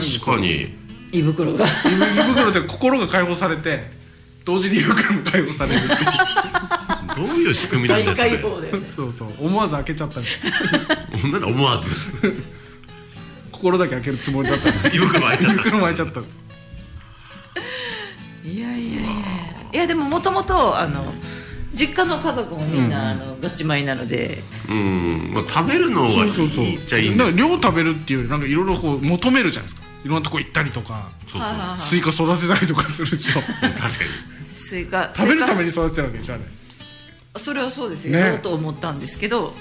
Speaker 3: 確かに
Speaker 1: 胃袋が
Speaker 2: 胃袋で心が解放されて同時に胃袋も解放されるっていう
Speaker 3: どういう仕組みなん
Speaker 1: 大
Speaker 3: ですか
Speaker 1: 解放だよね
Speaker 2: そう そう思わず開けちゃったみたいな
Speaker 3: なんで思わず
Speaker 2: 心だけ開けるつもり だったのに
Speaker 3: 胃袋開いちゃっ
Speaker 2: 胃
Speaker 3: た
Speaker 2: 袋も開いちゃった
Speaker 1: いやいやいやいやでももともとあの実家の家族もみんな、あのガチ米なので
Speaker 3: うん、まあ、食べるのはいいっちゃいいんですけ
Speaker 2: なんか量食べるっていうよりなんかいろいろこう求めるじゃないですかいろんなとこ行ったりとか
Speaker 3: どそうそう
Speaker 1: あ
Speaker 2: スイカ育てたりとかするで しょ
Speaker 3: 確か
Speaker 1: スイカ
Speaker 2: 食べる
Speaker 1: スイカ
Speaker 2: ために育ててるわけでしょあれ
Speaker 1: それはそうですよ、
Speaker 2: ね
Speaker 1: と思ったんですけど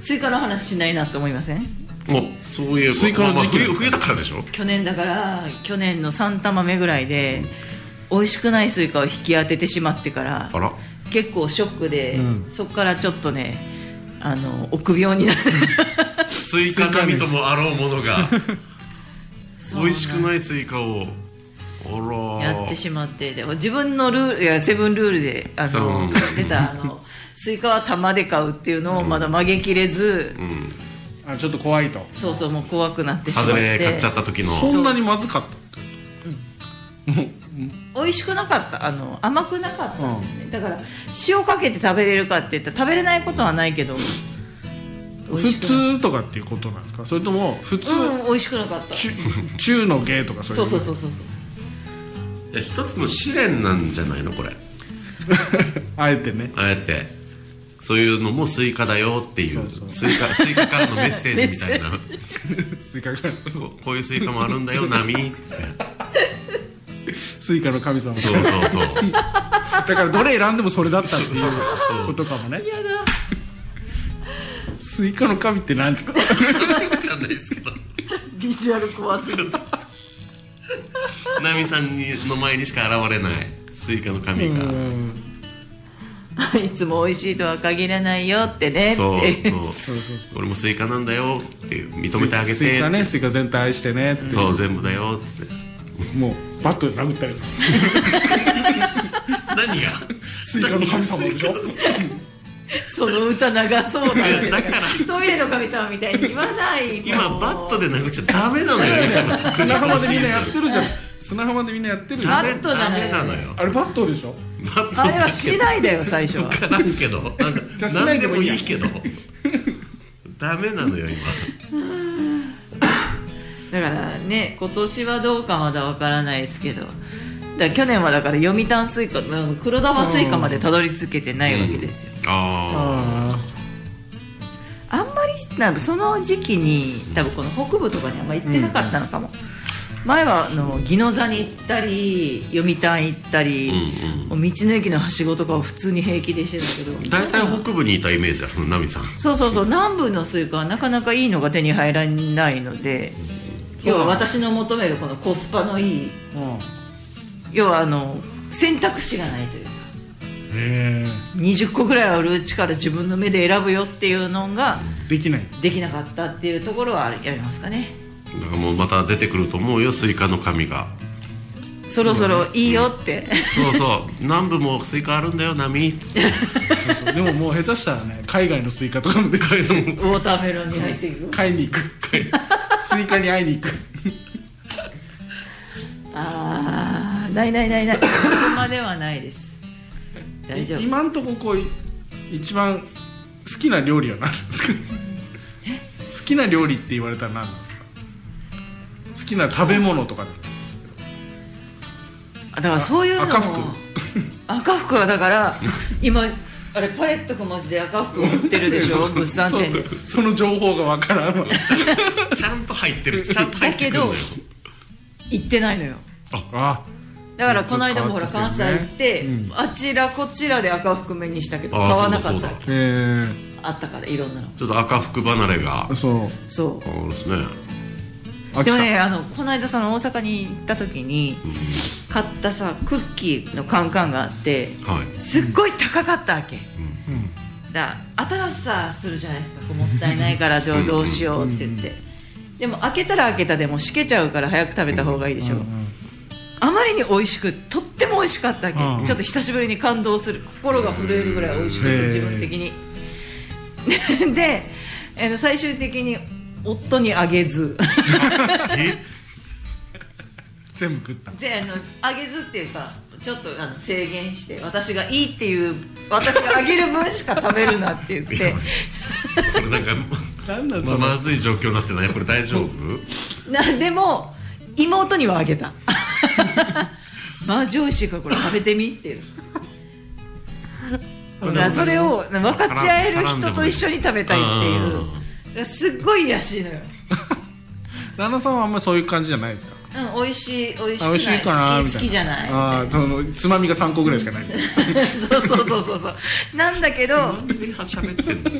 Speaker 1: スイカの話しないなと思いません
Speaker 3: にもうそういう
Speaker 2: スイカの時期
Speaker 3: まあまあ冬冬だからでしょ
Speaker 1: 去年だから去年の3玉目ぐらいで美味しくないスイカを引き当ててしまってから
Speaker 3: あら
Speaker 1: 結構ショックで、
Speaker 2: うん
Speaker 1: そこからちょっとねあの臆病になる
Speaker 3: スイカ神ともあろうものが
Speaker 1: そう
Speaker 3: 美味しくないスイカをあら
Speaker 1: やってしまってで自分のルールいやセブンルールであ
Speaker 3: そう
Speaker 1: の貸してたあのスイカは玉で買うっていうのをまだ曲げきれず、
Speaker 3: うん
Speaker 2: あちょっと怖いと
Speaker 1: そうそうもう怖くなってしまっ
Speaker 3: 外
Speaker 1: て
Speaker 3: れ買っちゃった時の
Speaker 2: そんなにまずかった
Speaker 1: 美味しくなかったあの甘くなかった、
Speaker 2: うん
Speaker 1: だから塩かけて食べれるかって言ったら食べれないことはないけど美味
Speaker 2: 普
Speaker 1: しくな
Speaker 2: 通とかっていうことなんですかそれとも普通、
Speaker 1: うん美味しくなかった
Speaker 2: 中中の芸とかそういう
Speaker 1: そうそうそううそうそう
Speaker 3: いや一つの試練なんじゃないのこれ
Speaker 2: あえてね
Speaker 3: あえてそういうのもスイカだよっていう
Speaker 2: そうそう
Speaker 3: スイカスイカからのメッセージみたいな
Speaker 2: スイカが
Speaker 3: そうこういうスイカもあるんだよ波って
Speaker 2: スイカの神様だ
Speaker 3: そうそうそう
Speaker 2: からどれ選んでもそれだったっていうことかもね
Speaker 1: やだ
Speaker 2: スイカの神ってなんですか
Speaker 3: わかんないですけど
Speaker 1: ビジュアル怖すぎる
Speaker 3: 波さんにの前にしか現れないスイカの神が
Speaker 2: うん
Speaker 1: いつも美味しいとは限らないよってね
Speaker 3: そう
Speaker 1: って
Speaker 3: そ
Speaker 2: そううそうそ
Speaker 3: 俺もスイカなんだよっていう認
Speaker 2: う
Speaker 3: めてあげ
Speaker 2: スイ
Speaker 3: て
Speaker 2: カねスイカ全体愛してねって
Speaker 3: そう全部だよっつって
Speaker 2: もうバットで殴ったり
Speaker 3: 何が
Speaker 2: スイカの神様でしょ
Speaker 1: その歌長そうだ
Speaker 3: いやだから
Speaker 1: トイレの神様みたいに言わない
Speaker 3: 今バットで殴っちゃダメなのよ
Speaker 2: 砂浜でみんなやってるじゃん砂浜でみんなやってるじゃん
Speaker 1: バットじゃない
Speaker 3: ダメなのよ
Speaker 2: あれバットでしょ
Speaker 3: バット
Speaker 1: あれは
Speaker 3: だ
Speaker 1: 次第だよ最初は
Speaker 3: けどなんけどなんか
Speaker 2: じゃあしな
Speaker 3: 何
Speaker 2: い
Speaker 3: で
Speaker 2: で
Speaker 3: も
Speaker 2: も
Speaker 3: い
Speaker 2: いい
Speaker 3: いけどダメなのよ今
Speaker 1: だからね今年はどうかまだわからないですけどだから去年はだから読谷スイカあの黒玉スイカまでたどり着けてないわけですよ、
Speaker 3: あ
Speaker 2: あ
Speaker 1: あんまりなんかその時期に多分この北部とかにあんまり行ってなかったのかも、前はあの宜野座に行ったり読谷行ったり、
Speaker 3: うん
Speaker 1: もう道の駅のはしごとかを普通に平気でしてたけど
Speaker 3: 大体北部にいたイメージあるナミさん
Speaker 1: そうそうそう南部のスイカはなかなかいいのが手に入らないので要は私の求めるこのコスパのいい
Speaker 2: あうん
Speaker 1: 要はあの選択肢がないというか
Speaker 2: へ
Speaker 1: 20個ぐらいあるうちから自分の目で選ぶよっていうのが
Speaker 2: えできない
Speaker 1: できなかったっていうところはありますかね
Speaker 3: だからもうまた出てくると思うよスイカの神が
Speaker 1: そろそろいいよって、
Speaker 3: そうそう 南部もスイカあるんだよ波
Speaker 2: そうそうでももう下手したらね海外のスイカとかもでかい
Speaker 3: そう
Speaker 1: ウォーターメロンに入っていく
Speaker 2: 買いに行くスイカに会いに行く
Speaker 1: ああないないないないそこまではないです大丈夫
Speaker 2: 今んとここうい一番好きな料理は何ですか好きな料理って言われたら何なんですか好きな食べ物とか
Speaker 1: だからそういうのも
Speaker 2: 赤福
Speaker 1: 赤福はだから今あれパレット小文字で赤福売ってるでしょ物産
Speaker 2: そう
Speaker 1: 展に
Speaker 2: その情報がわから んわ
Speaker 3: ちゃんと入ってるちゃんと入
Speaker 1: だ
Speaker 3: って
Speaker 1: け
Speaker 3: くるん
Speaker 1: ど
Speaker 3: だよ
Speaker 1: 行ってないのよ
Speaker 2: あ
Speaker 1: だからこの間もほら関西行って、
Speaker 2: うん
Speaker 1: あちらこちらで赤服目にしたけど買
Speaker 3: あ
Speaker 1: わ
Speaker 3: あ
Speaker 1: な
Speaker 3: そ
Speaker 1: か
Speaker 3: う
Speaker 1: った
Speaker 3: だ
Speaker 1: あ
Speaker 3: そう
Speaker 2: えー、
Speaker 1: ったからいろんなの
Speaker 3: だちょっと赤福離れが
Speaker 2: そ
Speaker 1: そ
Speaker 3: そうですね
Speaker 2: う
Speaker 1: うでもねあのこの間その大阪に行った時に買ったさクッキーのカンカンがあって
Speaker 3: はい
Speaker 1: すっごい高かったわけ
Speaker 2: 秋田うん
Speaker 1: だ新しさするじゃないですかこうもったいないからどうどうしようって言ってでも開けたら開けたでもしけちゃうから早く食べた方がいいでしょあまりに美味しくとっても美味しかったわけ、
Speaker 2: うん
Speaker 1: ちょっと久しぶりに感動する心が震えるぐらい美味しくて
Speaker 2: へー
Speaker 1: 自分的に で、えー最終的に夫にあげず
Speaker 3: え
Speaker 2: 全部食った
Speaker 1: であのあげずっていうかちょっとあの制限して私がいいっていう私があげる分しか食べるなって言っ
Speaker 3: や
Speaker 1: て
Speaker 3: ばこれなんか
Speaker 2: なんだ
Speaker 3: ま
Speaker 2: その、
Speaker 3: まずい状況になってないこれ大丈夫
Speaker 1: なでも妹にはあげた まあ上司がこれ食べてみっていうだからそれを分かち合える人と一緒に食べたいっていう
Speaker 3: うん
Speaker 1: だからすっごい癒しいのよ、
Speaker 2: 旦那さんはあんまりそういう感じじゃないですか
Speaker 1: うん、美味しい美味しく
Speaker 2: あ
Speaker 1: ない
Speaker 2: 美味しいかなみ
Speaker 1: 好
Speaker 2: たい
Speaker 1: き
Speaker 2: な
Speaker 1: 好きじゃない
Speaker 2: あーそのつまみが3個ぐらいしかない
Speaker 1: そうそうそうそうそうなんだけど
Speaker 3: 何で喋ってんの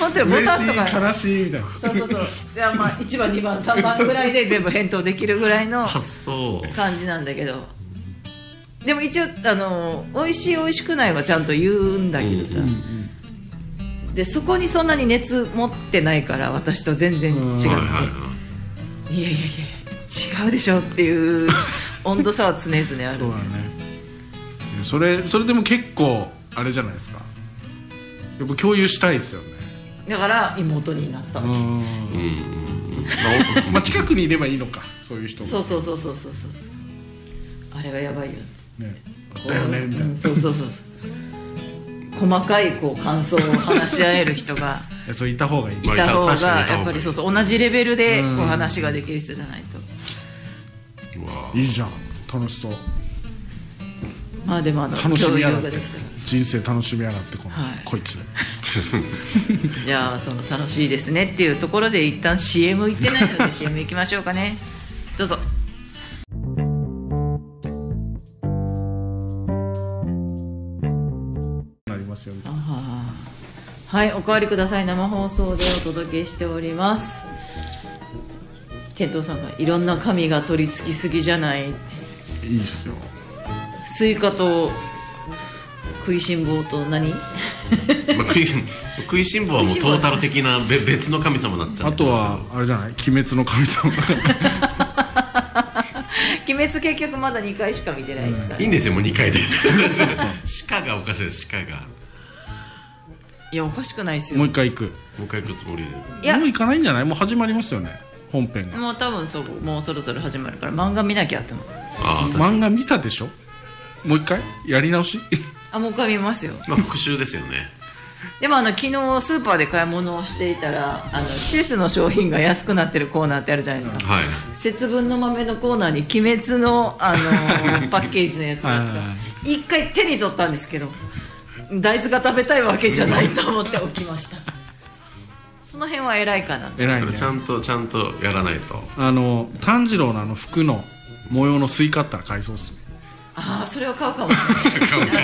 Speaker 1: 本当にボ
Speaker 2: 嬉
Speaker 1: タンと
Speaker 2: しい
Speaker 1: か
Speaker 2: 悲しいみたいな
Speaker 1: そうそうそうじゃあまあ1番2番3番ぐらいで全部返答できるぐらいの
Speaker 3: あそう
Speaker 1: 感じなんだけどでも一応あの美味しい美味しくないはちゃんと言うんだけどさ、
Speaker 3: うん
Speaker 1: でそこにそんなに熱持ってないから私と全然違
Speaker 2: うん
Speaker 1: って、
Speaker 3: はいはいはい
Speaker 1: いやいやいや違うでしょっていう温度差は常々あるんです
Speaker 2: そ
Speaker 1: よ
Speaker 2: うだねえそれそれでも結構あれじゃないですかやっぱ共有したいですよね
Speaker 1: だから妹になったわ
Speaker 2: うん
Speaker 3: うんうんうんまあ
Speaker 2: まあ近くにいればいいのかそういう人
Speaker 1: け
Speaker 2: も
Speaker 1: そうそうそうそうそうそうあれはやばいよ
Speaker 2: ねだよねみたい
Speaker 1: うん
Speaker 2: な
Speaker 1: そうそうそうそう細かいこう感想を話し合える人が
Speaker 2: いやそういた方がいい
Speaker 1: い
Speaker 3: まあいた
Speaker 1: た方
Speaker 3: 確か
Speaker 1: が
Speaker 3: にいた方がいい
Speaker 1: やっぱりそうそう同じレベルでこ
Speaker 2: う
Speaker 1: うん話ができる人じゃないと
Speaker 3: うわ
Speaker 2: いいじゃん楽しそう
Speaker 1: まあでもあの
Speaker 2: 楽しみやがっ
Speaker 1: 共有が
Speaker 2: て
Speaker 1: できたら
Speaker 2: 人生楽しみやがってこの、
Speaker 1: はい
Speaker 2: こいつ
Speaker 1: じゃあその楽しいですねっていうところで一旦 CM 行ってないので CM 行きましょうかねどうぞ
Speaker 2: なりますよね
Speaker 1: はいおかわりください生放送でお届けしております店頭さんがいろんな紙が取り付きすぎじゃないって
Speaker 2: いいっすよ
Speaker 1: スイカと食いしん坊と何
Speaker 3: まあ、食い食いしん坊はもうトータル的なべ別の神様になっちゃ
Speaker 2: あ
Speaker 3: って
Speaker 2: と
Speaker 3: ま
Speaker 2: はあれじゃない「鬼滅の 神様」
Speaker 1: 鬼滅結局まだ2回しか見てないですか
Speaker 3: すけ
Speaker 1: ら、
Speaker 3: どいいんですよもう2回で 鹿がおかしいです鹿が
Speaker 1: いやおかしくないですよ
Speaker 2: もう
Speaker 1: も
Speaker 2: 一回行く
Speaker 3: もう一回行くつもりです
Speaker 1: いや
Speaker 2: もう行かないんじゃないもう始まりますよね本編が
Speaker 1: う多分そうもうそろそろ始まるから漫画見なきゃって思う
Speaker 3: ああ確かに、
Speaker 2: 漫画見たでしょもう一回やり直し
Speaker 1: あもう一回見ますよ
Speaker 3: まあ、復習ですよね
Speaker 1: でもあの昨日スーパーで買い物をしていたらあの季節の商品が安くなってるコーナーってあるじゃないですか、
Speaker 3: はい
Speaker 1: 節分の豆のコーナーに「鬼滅の」あ のパッケージのやつがあったから一回手に取ったんですけど大豆が食べたいわけじゃないと思って起きました その辺は偉いかな
Speaker 2: 偉い
Speaker 3: そ
Speaker 2: ね
Speaker 3: れちゃんとちゃんとやらないと
Speaker 2: あの炭治郎のあの服の模様のスイカあったら買いそうっすね
Speaker 1: ああそれ は買うかもね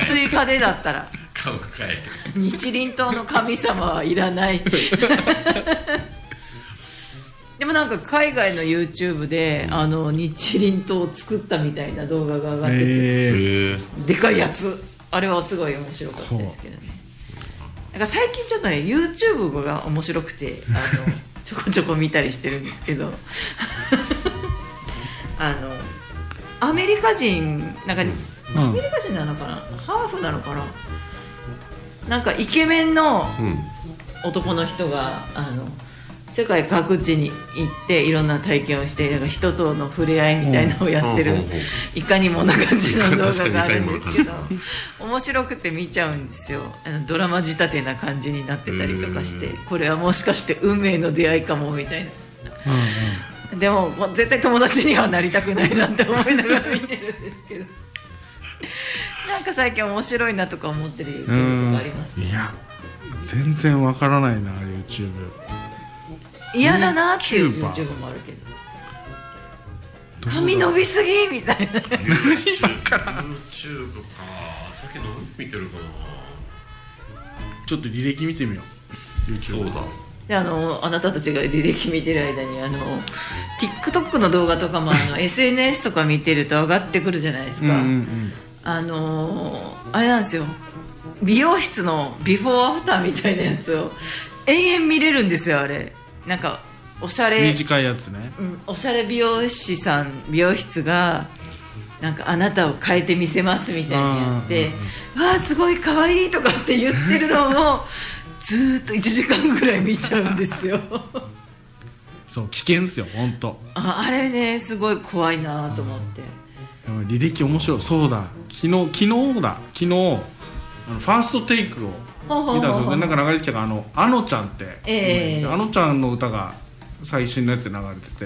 Speaker 1: スイカでだったら
Speaker 3: 買うかい
Speaker 1: 日輪刀の神様はいらないでもなんか海外の YouTube であの日輪刀を作ったみたいな動画が上がってて、
Speaker 3: へ
Speaker 2: え
Speaker 3: え
Speaker 1: でかいやつあれはすごい面白かったですけどねなんか最近ちょっとね YouTube が面白くてあのちょこちょこ見たりしてるんですけどあのアメリカ人なんか
Speaker 2: う
Speaker 1: アメ
Speaker 2: ん
Speaker 1: リカ人なのかなハーフなのかななんかイケメンの
Speaker 3: うん
Speaker 1: 男の人があの世界各地に行っていろんな体験をしてなんか人との触れ合いみたいなのをやってる、
Speaker 3: うんうんうんうん
Speaker 1: いかにもな感じの動画があるんですけ
Speaker 3: 確かにいかにも
Speaker 1: ど
Speaker 3: な
Speaker 1: 面白くて見ちゃうんですよあのドラマ仕立てな感じになってたりとかして
Speaker 3: へー
Speaker 1: これはもしかして運命の出会いかもみたいな
Speaker 2: うんうん
Speaker 1: でももう絶対友達にはなりたくないなって思いながら見てるんですけどなんか最近面白いなとか思ってる YouTube とかあります
Speaker 2: いや全然わからないな YouTube
Speaker 1: 嫌だなっていう
Speaker 2: YouTuber
Speaker 1: YouTube もあるけど髪伸びすぎみたいな
Speaker 3: YouTube か YouTube かさっき何見てるかな
Speaker 2: ちょっと履歴見てみよう YouTube
Speaker 3: そうだ
Speaker 1: であのあなたたちが履歴見てる間にあの TikTok の動画とかもあの SNS とか見てると上がってくるじゃないです
Speaker 2: うん
Speaker 1: か、
Speaker 2: うん
Speaker 1: あのあれなんですよ美容室のビフォーアフターみたいなやつを延々見れるんですよあれなんかおしゃ
Speaker 2: うん
Speaker 1: れ
Speaker 2: 短いやつね
Speaker 1: うんおしゃれ美容師さん美容室がなんかあなたを変えてみせますみたいにやってわあすごい可愛いとかって言ってるのもずーっと1時間ぐらい見ちゃうんですよ
Speaker 2: そう危険っすよ本当。
Speaker 1: ああれねすごい怖いなと思って
Speaker 2: やばい履歴面白いそうだ昨日昨日だ昨日あのファーストテイクを
Speaker 1: ほうほう
Speaker 2: 見たん
Speaker 1: ほう
Speaker 2: ですよ
Speaker 1: ほ
Speaker 2: で
Speaker 1: う
Speaker 2: なんか流れてきたからあの「あのちゃん」って、
Speaker 1: ええ
Speaker 2: あのちゃんの歌が最新のやつで流れてて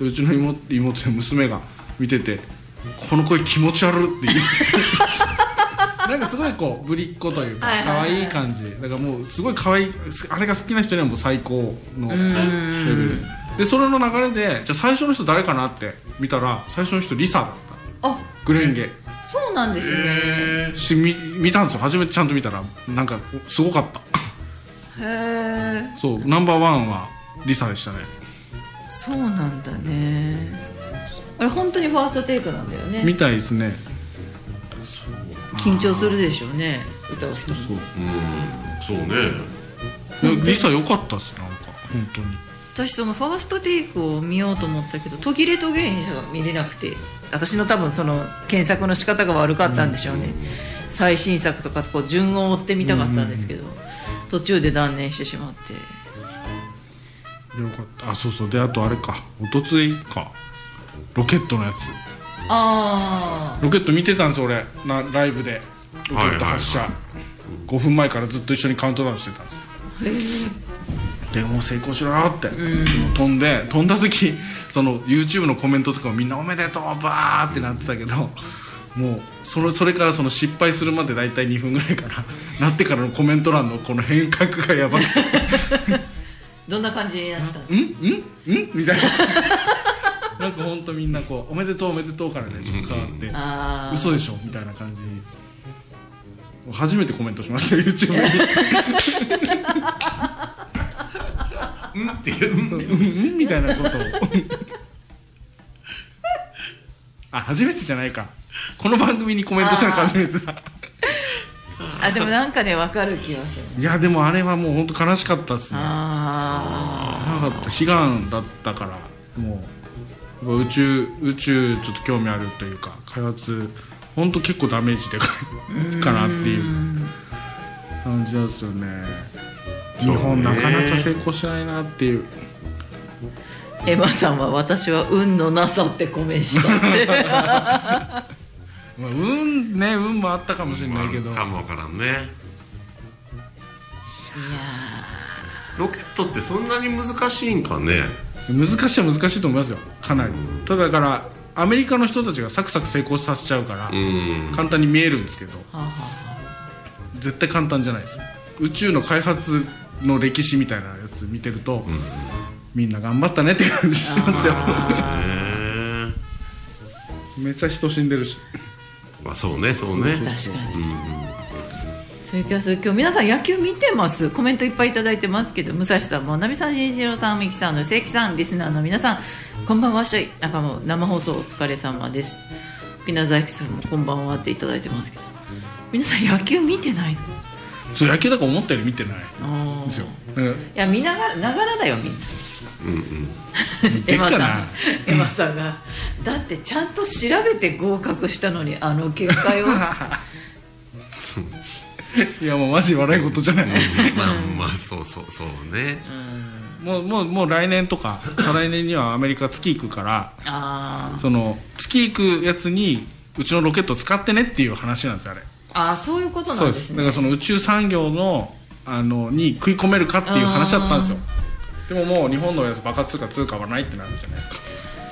Speaker 2: でうちの妹妹の娘が見てて「この声気持ち悪」って 言うなんかすごいこうぶりっ子というか
Speaker 1: はいはい
Speaker 2: 可
Speaker 1: はい
Speaker 2: 愛い感じだからもうすごい可愛いあれが好きな人にはもう最高のレベルでそれの流れでじゃあ最初の人誰かなって見たら最初の人リサだった
Speaker 1: あ
Speaker 2: グレンゲ
Speaker 1: そうなんですね、
Speaker 3: え
Speaker 2: し見見たんですよ初めてちゃんと見たらなんかすごかった
Speaker 1: へえ
Speaker 2: そうナンバーワンはリサでしたね
Speaker 1: そうなんだねあれ本当にファーストテイクなんだよね
Speaker 2: みたいですね
Speaker 1: 緊張するでしょうね歌う人も
Speaker 3: そううんそうね
Speaker 2: リサ良かったっすなんか本当に
Speaker 1: 私そのファーストテイクを見ようと思ったけど途切れ途切れにしか見れなくて私の多分その検索の仕方が悪かったんでしょうね、最新作とかこう順を追ってみたかったんですけど、途中で断念してしまって
Speaker 2: 良かったあそうそうであとあれか一昨日かロケットのやつ
Speaker 1: ああ
Speaker 2: ロケット見てたんです俺なライブでロケット発射、
Speaker 3: はいは
Speaker 2: 5分前からずっと一緒にカウントダウンしてたんですでもう成功しろよって、飛んで飛んだ時その YouTube のコメントとかもみんな「おめでとう」バーってなってたけどもうそれそれからその失敗するまで大体2分ぐらいからなってからのコメント欄のこの変革がやばくて
Speaker 1: どんな感じになってたの
Speaker 2: 「んんんみたい ななんかほんとみんなこう「おめでとうおめでとう」からねちょっと変わって。
Speaker 1: あ
Speaker 2: 嘘でしょみたいな感じ初めてコメントしました YouTube に
Speaker 3: うんっていううんって
Speaker 2: うんうんみたいなことをあ初めてじゃないかこの番組にコメントしたのが初めてだ
Speaker 1: ああでもなんかね分かる気がする
Speaker 2: いやでもあれはもう本当悲しかったっすね
Speaker 1: あ
Speaker 2: なかった悲願だったからもう宇宙宇宙ちょっと興味あるというか開発本当結構ダメージでかい かなっていう感じなんですよね日
Speaker 3: そうね
Speaker 2: 本なかなか成功しないなっていう
Speaker 1: あエマさんは私は運のなさってコメンしたって
Speaker 2: まあ、運ね運もあったかもしれ
Speaker 3: ま
Speaker 2: ないけど
Speaker 3: あかもわからんねロケットってそんなに難しいんかね
Speaker 2: 難しいは難しいと思いますよかなりただだからアメリカの人たちがサクサク成功させちゃうから、
Speaker 3: うん
Speaker 2: 簡単に見えるんですけど
Speaker 1: はあは
Speaker 2: 絶対簡単じゃないです宇宙の開発の歴史みたいなやつ見てると、みんな頑張ったねって感じしますよ
Speaker 3: へえ
Speaker 2: めっちゃ人死んでるし
Speaker 3: まあそうねそうね
Speaker 1: あ確かにそういう気がする今日皆さん野球見てますコメントいっぱいいただいてますけど武蔵さんもなみさん新一郎さんみきさんの正きさんリスナーの皆さんこんばんはしょいなんかもう生放送お疲れ様です沖縄崎さんもこんばんはっていただいてますけど皆さん野球見てないの
Speaker 2: そう野球だから思ったより見てないん
Speaker 1: あー
Speaker 2: ですよ
Speaker 1: い
Speaker 2: だから
Speaker 1: や見ながらながらだよみんな
Speaker 3: うんうん
Speaker 2: て
Speaker 1: エ
Speaker 2: っ
Speaker 1: マ
Speaker 2: か
Speaker 1: さん
Speaker 2: な
Speaker 1: エマさんがだってちゃんと調べて合格したのにあの結果 よ
Speaker 3: そう
Speaker 2: いやもうマジ笑い事じゃない
Speaker 3: まあまあそうそうそうね
Speaker 2: もうもうもう来年とか再来年にはアメリカ月行くから
Speaker 1: あー
Speaker 2: その月行くやつにうちのロケット使ってねっていう話なんですよあれ
Speaker 1: あーそういうことなんです
Speaker 2: だ
Speaker 1: ね
Speaker 2: からその宇宙産業のあのに食い込めるかっていう話だったんですよでももう日本のやつ爆発するか通貨はないってなるじゃないですか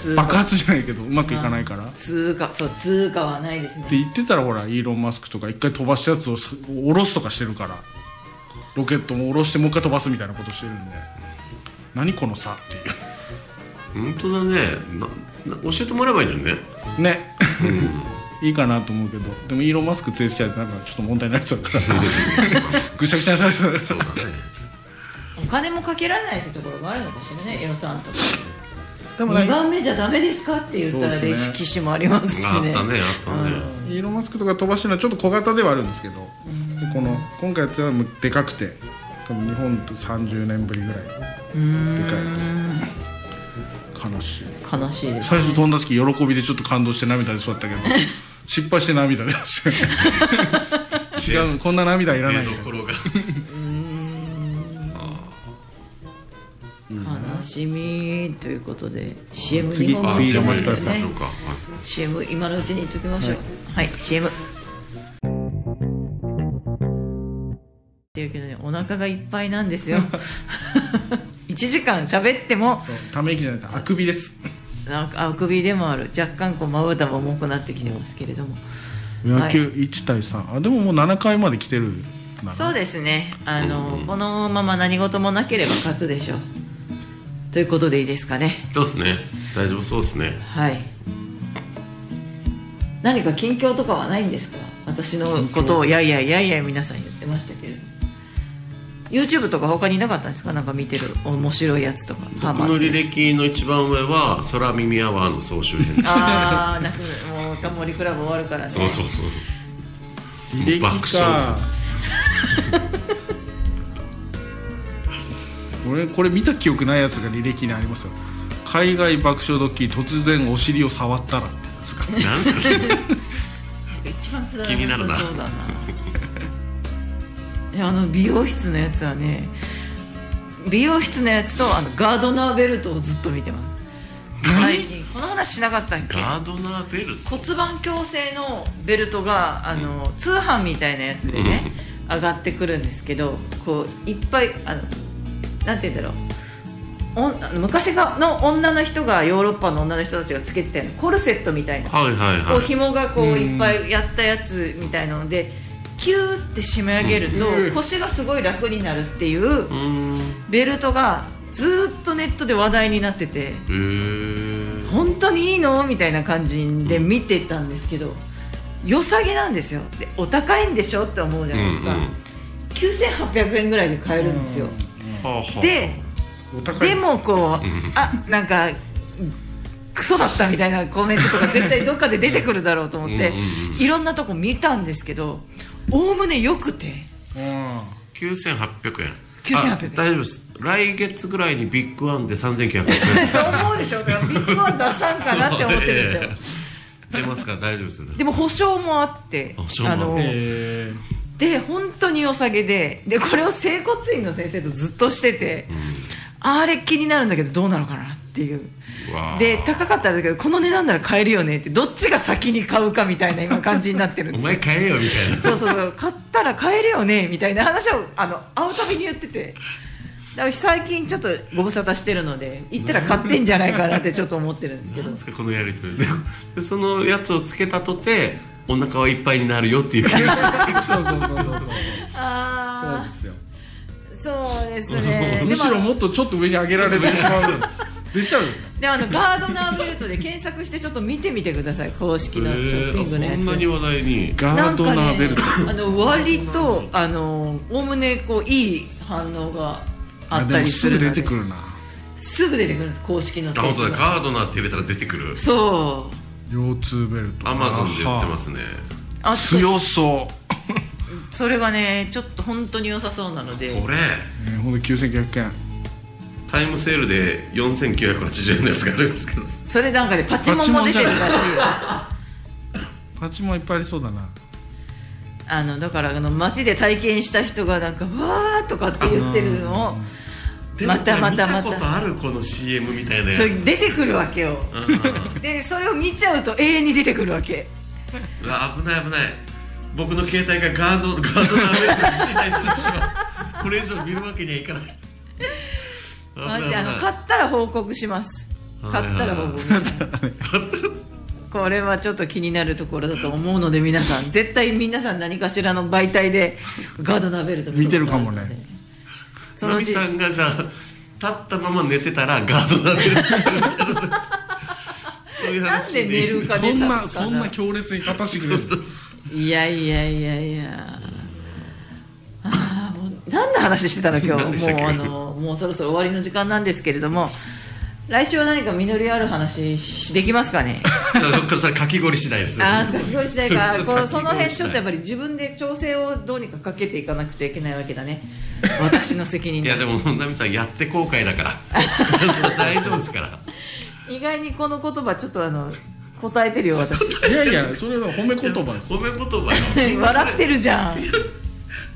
Speaker 1: 通貨
Speaker 2: 爆発じゃないけどうまくいかないからっ
Speaker 1: 通貨そう通貨はないですね
Speaker 2: て言ってたらほらイーロン・マスクとか一回飛ばしたやつをす下ろすとかしてるからロケットも下ろしてもう一回飛ばすみたいなことしてるんで何この差ってい
Speaker 3: 本当だねなな教えてもらえばいいのにね
Speaker 2: うね いいかなと思うけどでもイーロン・マスク連れてきたらなんかちょっと問題になりそうだからぐしゃぐしゃにされそうです
Speaker 3: そうだね
Speaker 1: お金もかけられないところもあるのかしれない予算とか
Speaker 2: でもなん
Speaker 1: 2
Speaker 2: か
Speaker 1: 番目じゃダメですかって言ったら
Speaker 2: そうで
Speaker 1: 歴
Speaker 2: すね
Speaker 1: 史もあります
Speaker 3: あ
Speaker 1: し
Speaker 3: っ
Speaker 1: ね
Speaker 3: たねあったね
Speaker 2: イーロン・マスクとか飛ばしてるのはちょっと小型ではあるんですけど、でこの今回やったのはもうでかくて多分日本と30年ぶりぐらいでかいやつ悲しい
Speaker 1: うん悲しいです
Speaker 2: 最初飛んだ時喜びでちょっと感動して涙出そうだった けど失敗して涙出して違うこんな涙いらない
Speaker 3: 出
Speaker 2: みた
Speaker 3: ど
Speaker 2: い
Speaker 3: こ
Speaker 2: な
Speaker 3: ろが
Speaker 1: 悲しみということで CM
Speaker 2: 次
Speaker 1: 日本の
Speaker 2: 次頑張ってくだ
Speaker 1: です
Speaker 2: さい
Speaker 1: ね
Speaker 3: そうか
Speaker 1: CM 今のうちに言っときましょうはい、CM っていうけどねお腹がいっぱいなんですよ1時間喋っても
Speaker 2: そうため息じゃないですあくびです
Speaker 1: なんかあくびでもある若干こうまぶたも重くなってきてますけれども
Speaker 2: 野球1対3、あでももう7回まで来てるな
Speaker 1: そうですねあの、このまま何事もなければ勝つでしょうということでいいですかね
Speaker 3: そうですね大丈夫そうですね
Speaker 1: はい何か近況とかはないんですか私のことをやいやいやいやい皆さん言ってましたけれど YouTube とか他になかったんですかなんか見てる面白いやつとかハ
Speaker 3: 僕
Speaker 1: マっ
Speaker 3: の
Speaker 1: て
Speaker 3: 履歴の一番上は空耳アワーの総集編
Speaker 1: ああなくもうか森クラブ終わるからね
Speaker 3: そうそうそう
Speaker 2: 履歴
Speaker 3: 爆笑
Speaker 2: か 俺これ見た記憶ないやつが履歴にありますよ海外爆笑ドッキリ突然お尻を触ったら
Speaker 3: なんですかそれ
Speaker 1: 一番くだら
Speaker 3: 気になるな
Speaker 1: さそうだな いやあの美容室のやつはね美容室のやつとあのガードナーベルトをずっと見てます最近この話しなかったっけ
Speaker 3: ガードナーベルト
Speaker 1: 骨盤矯正のベルトがあの、通販みたいなやつでね、上がってくるんですけどこういっぱいあのなんて言うんだろうおんあの昔がの女の人がヨーロッパの女の人たちがつけてたようなコルセットみたいな
Speaker 3: はいはい
Speaker 1: こう
Speaker 3: はい
Speaker 1: 紐がこう
Speaker 2: うん
Speaker 1: いっぱいやったやつみたいなのでキューって締め上げると
Speaker 2: うん
Speaker 1: 腰がすごい楽になるっていう
Speaker 3: うーん
Speaker 1: ベルトがずーっとネットで話題になってて
Speaker 3: へー
Speaker 1: 本当にいいのみたいな感じで見てたんですけど良さげなんですよでお高いんでしょって思うじゃ
Speaker 3: うん
Speaker 1: な
Speaker 3: う
Speaker 1: いです
Speaker 3: ん
Speaker 1: か、9800円ぐらいで買えるんですよ、
Speaker 3: はあはあ
Speaker 1: で
Speaker 2: お高い
Speaker 1: でもこう、
Speaker 3: うん
Speaker 1: あなんかクソだったみたいなコメントとか絶対どっかで出てくるだろうと思って
Speaker 3: うんうんうん
Speaker 1: いろんなとこ見たんですけどおおむねよくて
Speaker 2: うん
Speaker 3: 9800円
Speaker 1: 9800円
Speaker 3: あ大丈夫です来月ぐらいにビッグワンで3900円
Speaker 1: と思うでしょだからビッグワン出さんかなって思ってるんですよ
Speaker 3: 出ますから大丈夫ですよね
Speaker 1: でも保証もあって
Speaker 3: 保証もある
Speaker 1: の
Speaker 2: えー
Speaker 1: で本当に良さげででこれを整骨院の先生とずっとしてて、あれ気になるんだけどどうなのかなっていう
Speaker 3: うわー
Speaker 1: で高かったらだけどこの値段なら買えるよねってどっちが先に買うかみたいな今感じになってるんで
Speaker 3: お
Speaker 1: すよ
Speaker 3: 前買えよみたいな
Speaker 1: そうそうそう買ったら買えるよねみたいな話をあの会うたびに言っててだから最近ちょっとご無沙汰してるので行ったら買ってんじゃないかなってちょっと思ってるんですけど
Speaker 3: なんですかこのやりとりででそのやつをつけたとてお腹はいっぱいになるよっていう
Speaker 2: そうそうそうそうそうそう
Speaker 1: ああ
Speaker 2: ですよ
Speaker 1: そうですね
Speaker 2: む
Speaker 1: で
Speaker 2: しろ
Speaker 1: も
Speaker 2: もっとちょっと上に上げられてしまうんです出ちゃうよね
Speaker 1: であのガードナーベルトで検索してちょっと見てみてください公式のショッピングのやつ、
Speaker 3: そんなに話題に
Speaker 2: ガードナーベルト
Speaker 1: なんかね、あの割とあのおおむねこういい反応があった
Speaker 2: でも
Speaker 1: りす
Speaker 2: す
Speaker 1: る
Speaker 2: ぐ
Speaker 1: のです
Speaker 2: 出てくるな
Speaker 1: すぐ出てくるんです公式の
Speaker 3: あ本当だガードナーって入れたら出てくる
Speaker 1: そう
Speaker 2: 腰痛ベルト
Speaker 3: アマゾンで売ってますね
Speaker 1: あと
Speaker 2: 強そ
Speaker 1: それがねちょっと本当に良さそうなので
Speaker 3: これ
Speaker 2: う、ね、ほんと9900円
Speaker 3: タイムセールで4980円のやつがあるんですけど
Speaker 1: それなんかでパチモンも出てるらしいよ
Speaker 2: パチもいっぱいありそうだな
Speaker 1: あのだからあの街で体験した人がなんかわーとかって言ってるのを
Speaker 3: でも
Speaker 1: ま
Speaker 3: これ
Speaker 1: たまたま
Speaker 3: 見たこと
Speaker 1: た
Speaker 3: あるこの CM みたいなや
Speaker 1: そ
Speaker 3: つ
Speaker 1: れ出てくるわけよでそれを見ちゃうと永遠に出てくるわけ
Speaker 3: うわ危ない危ない僕の携帯がガードガードナーベルトに信頼されてしまうこれ以上見るわけにはいかない危な
Speaker 1: マ
Speaker 3: い
Speaker 1: ジ
Speaker 3: 危
Speaker 1: で
Speaker 3: な
Speaker 1: あ
Speaker 3: い
Speaker 1: の買ったら報告します買ったら報告しますこれはちょっと気になるところだと思うので皆さん絶対皆さん何かしらの媒体でガードナーベルト
Speaker 2: 見てるかも
Speaker 1: 見
Speaker 2: ね
Speaker 1: たことあるのでその
Speaker 3: ナ
Speaker 1: う
Speaker 3: ミ
Speaker 1: ち
Speaker 3: さんがじゃあ立ったまま寝てたらガードナーベルトになるみたいなそういう
Speaker 1: なん
Speaker 3: 話
Speaker 1: で寝るか
Speaker 2: そ
Speaker 1: で
Speaker 2: ん
Speaker 1: さ
Speaker 2: なそんな強烈に立たしてくれる
Speaker 1: いやいやいやいやあーもう何の話してたの今日
Speaker 3: 何でしたっけ
Speaker 1: もうあのもうそろそろ終わりの時間なんですけれども来週は何か実りある話しできますか ね
Speaker 3: そっからそれかき氷次第です
Speaker 1: ああ先ほど次第
Speaker 3: そ
Speaker 1: か
Speaker 3: う
Speaker 1: こ
Speaker 3: か
Speaker 1: う
Speaker 3: き氷次
Speaker 1: そ
Speaker 3: 第
Speaker 1: の辺ちょっとやっぱり自分で調整をどうにかかけていかなくちゃいけないわけ だね私の責任
Speaker 3: い
Speaker 1: だ
Speaker 3: やでもナミさんやって後悔だから 大丈夫ですから
Speaker 1: 意外にこの言葉ちょっとあの答えてるよ 私
Speaker 2: いやいやそれは褒め言葉です
Speaker 3: 褒め言葉よみんなそれ
Speaker 1: 笑ってるじゃん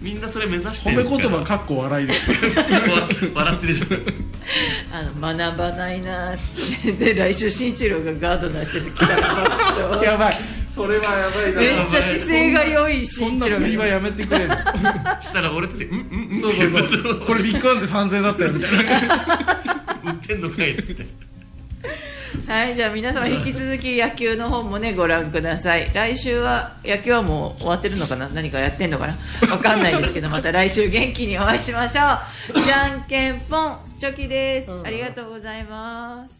Speaker 3: みんなそれ目指し
Speaker 2: 褒
Speaker 3: てる
Speaker 2: め
Speaker 3: んですか
Speaker 2: 言葉
Speaker 3: ら
Speaker 2: かっこ笑いです
Speaker 3: 笑笑ってるじゃん
Speaker 1: あの学ばないなーってで来週新一郎がガードナーしててきたら爆笑
Speaker 2: やばいそれはやばいな
Speaker 1: めっちゃ姿勢が良い
Speaker 2: そ
Speaker 1: 新
Speaker 2: ん
Speaker 1: 一
Speaker 2: な
Speaker 1: 郎
Speaker 2: 振りは
Speaker 1: が
Speaker 2: やめてくれる
Speaker 3: したら俺たち「うんうんうん」
Speaker 2: そうそう そうこれビッグワンって3000円だったよみたいな
Speaker 3: 売ってんのかい」っつって
Speaker 1: はいじゃあ皆様引き続き野球の方もねご覧ください来週は野球はもう終わってるのかな何かやってんのかなわかんないですけどまた来週元気にお会いしましょうじゃんけんぽんチョキですありがとうございます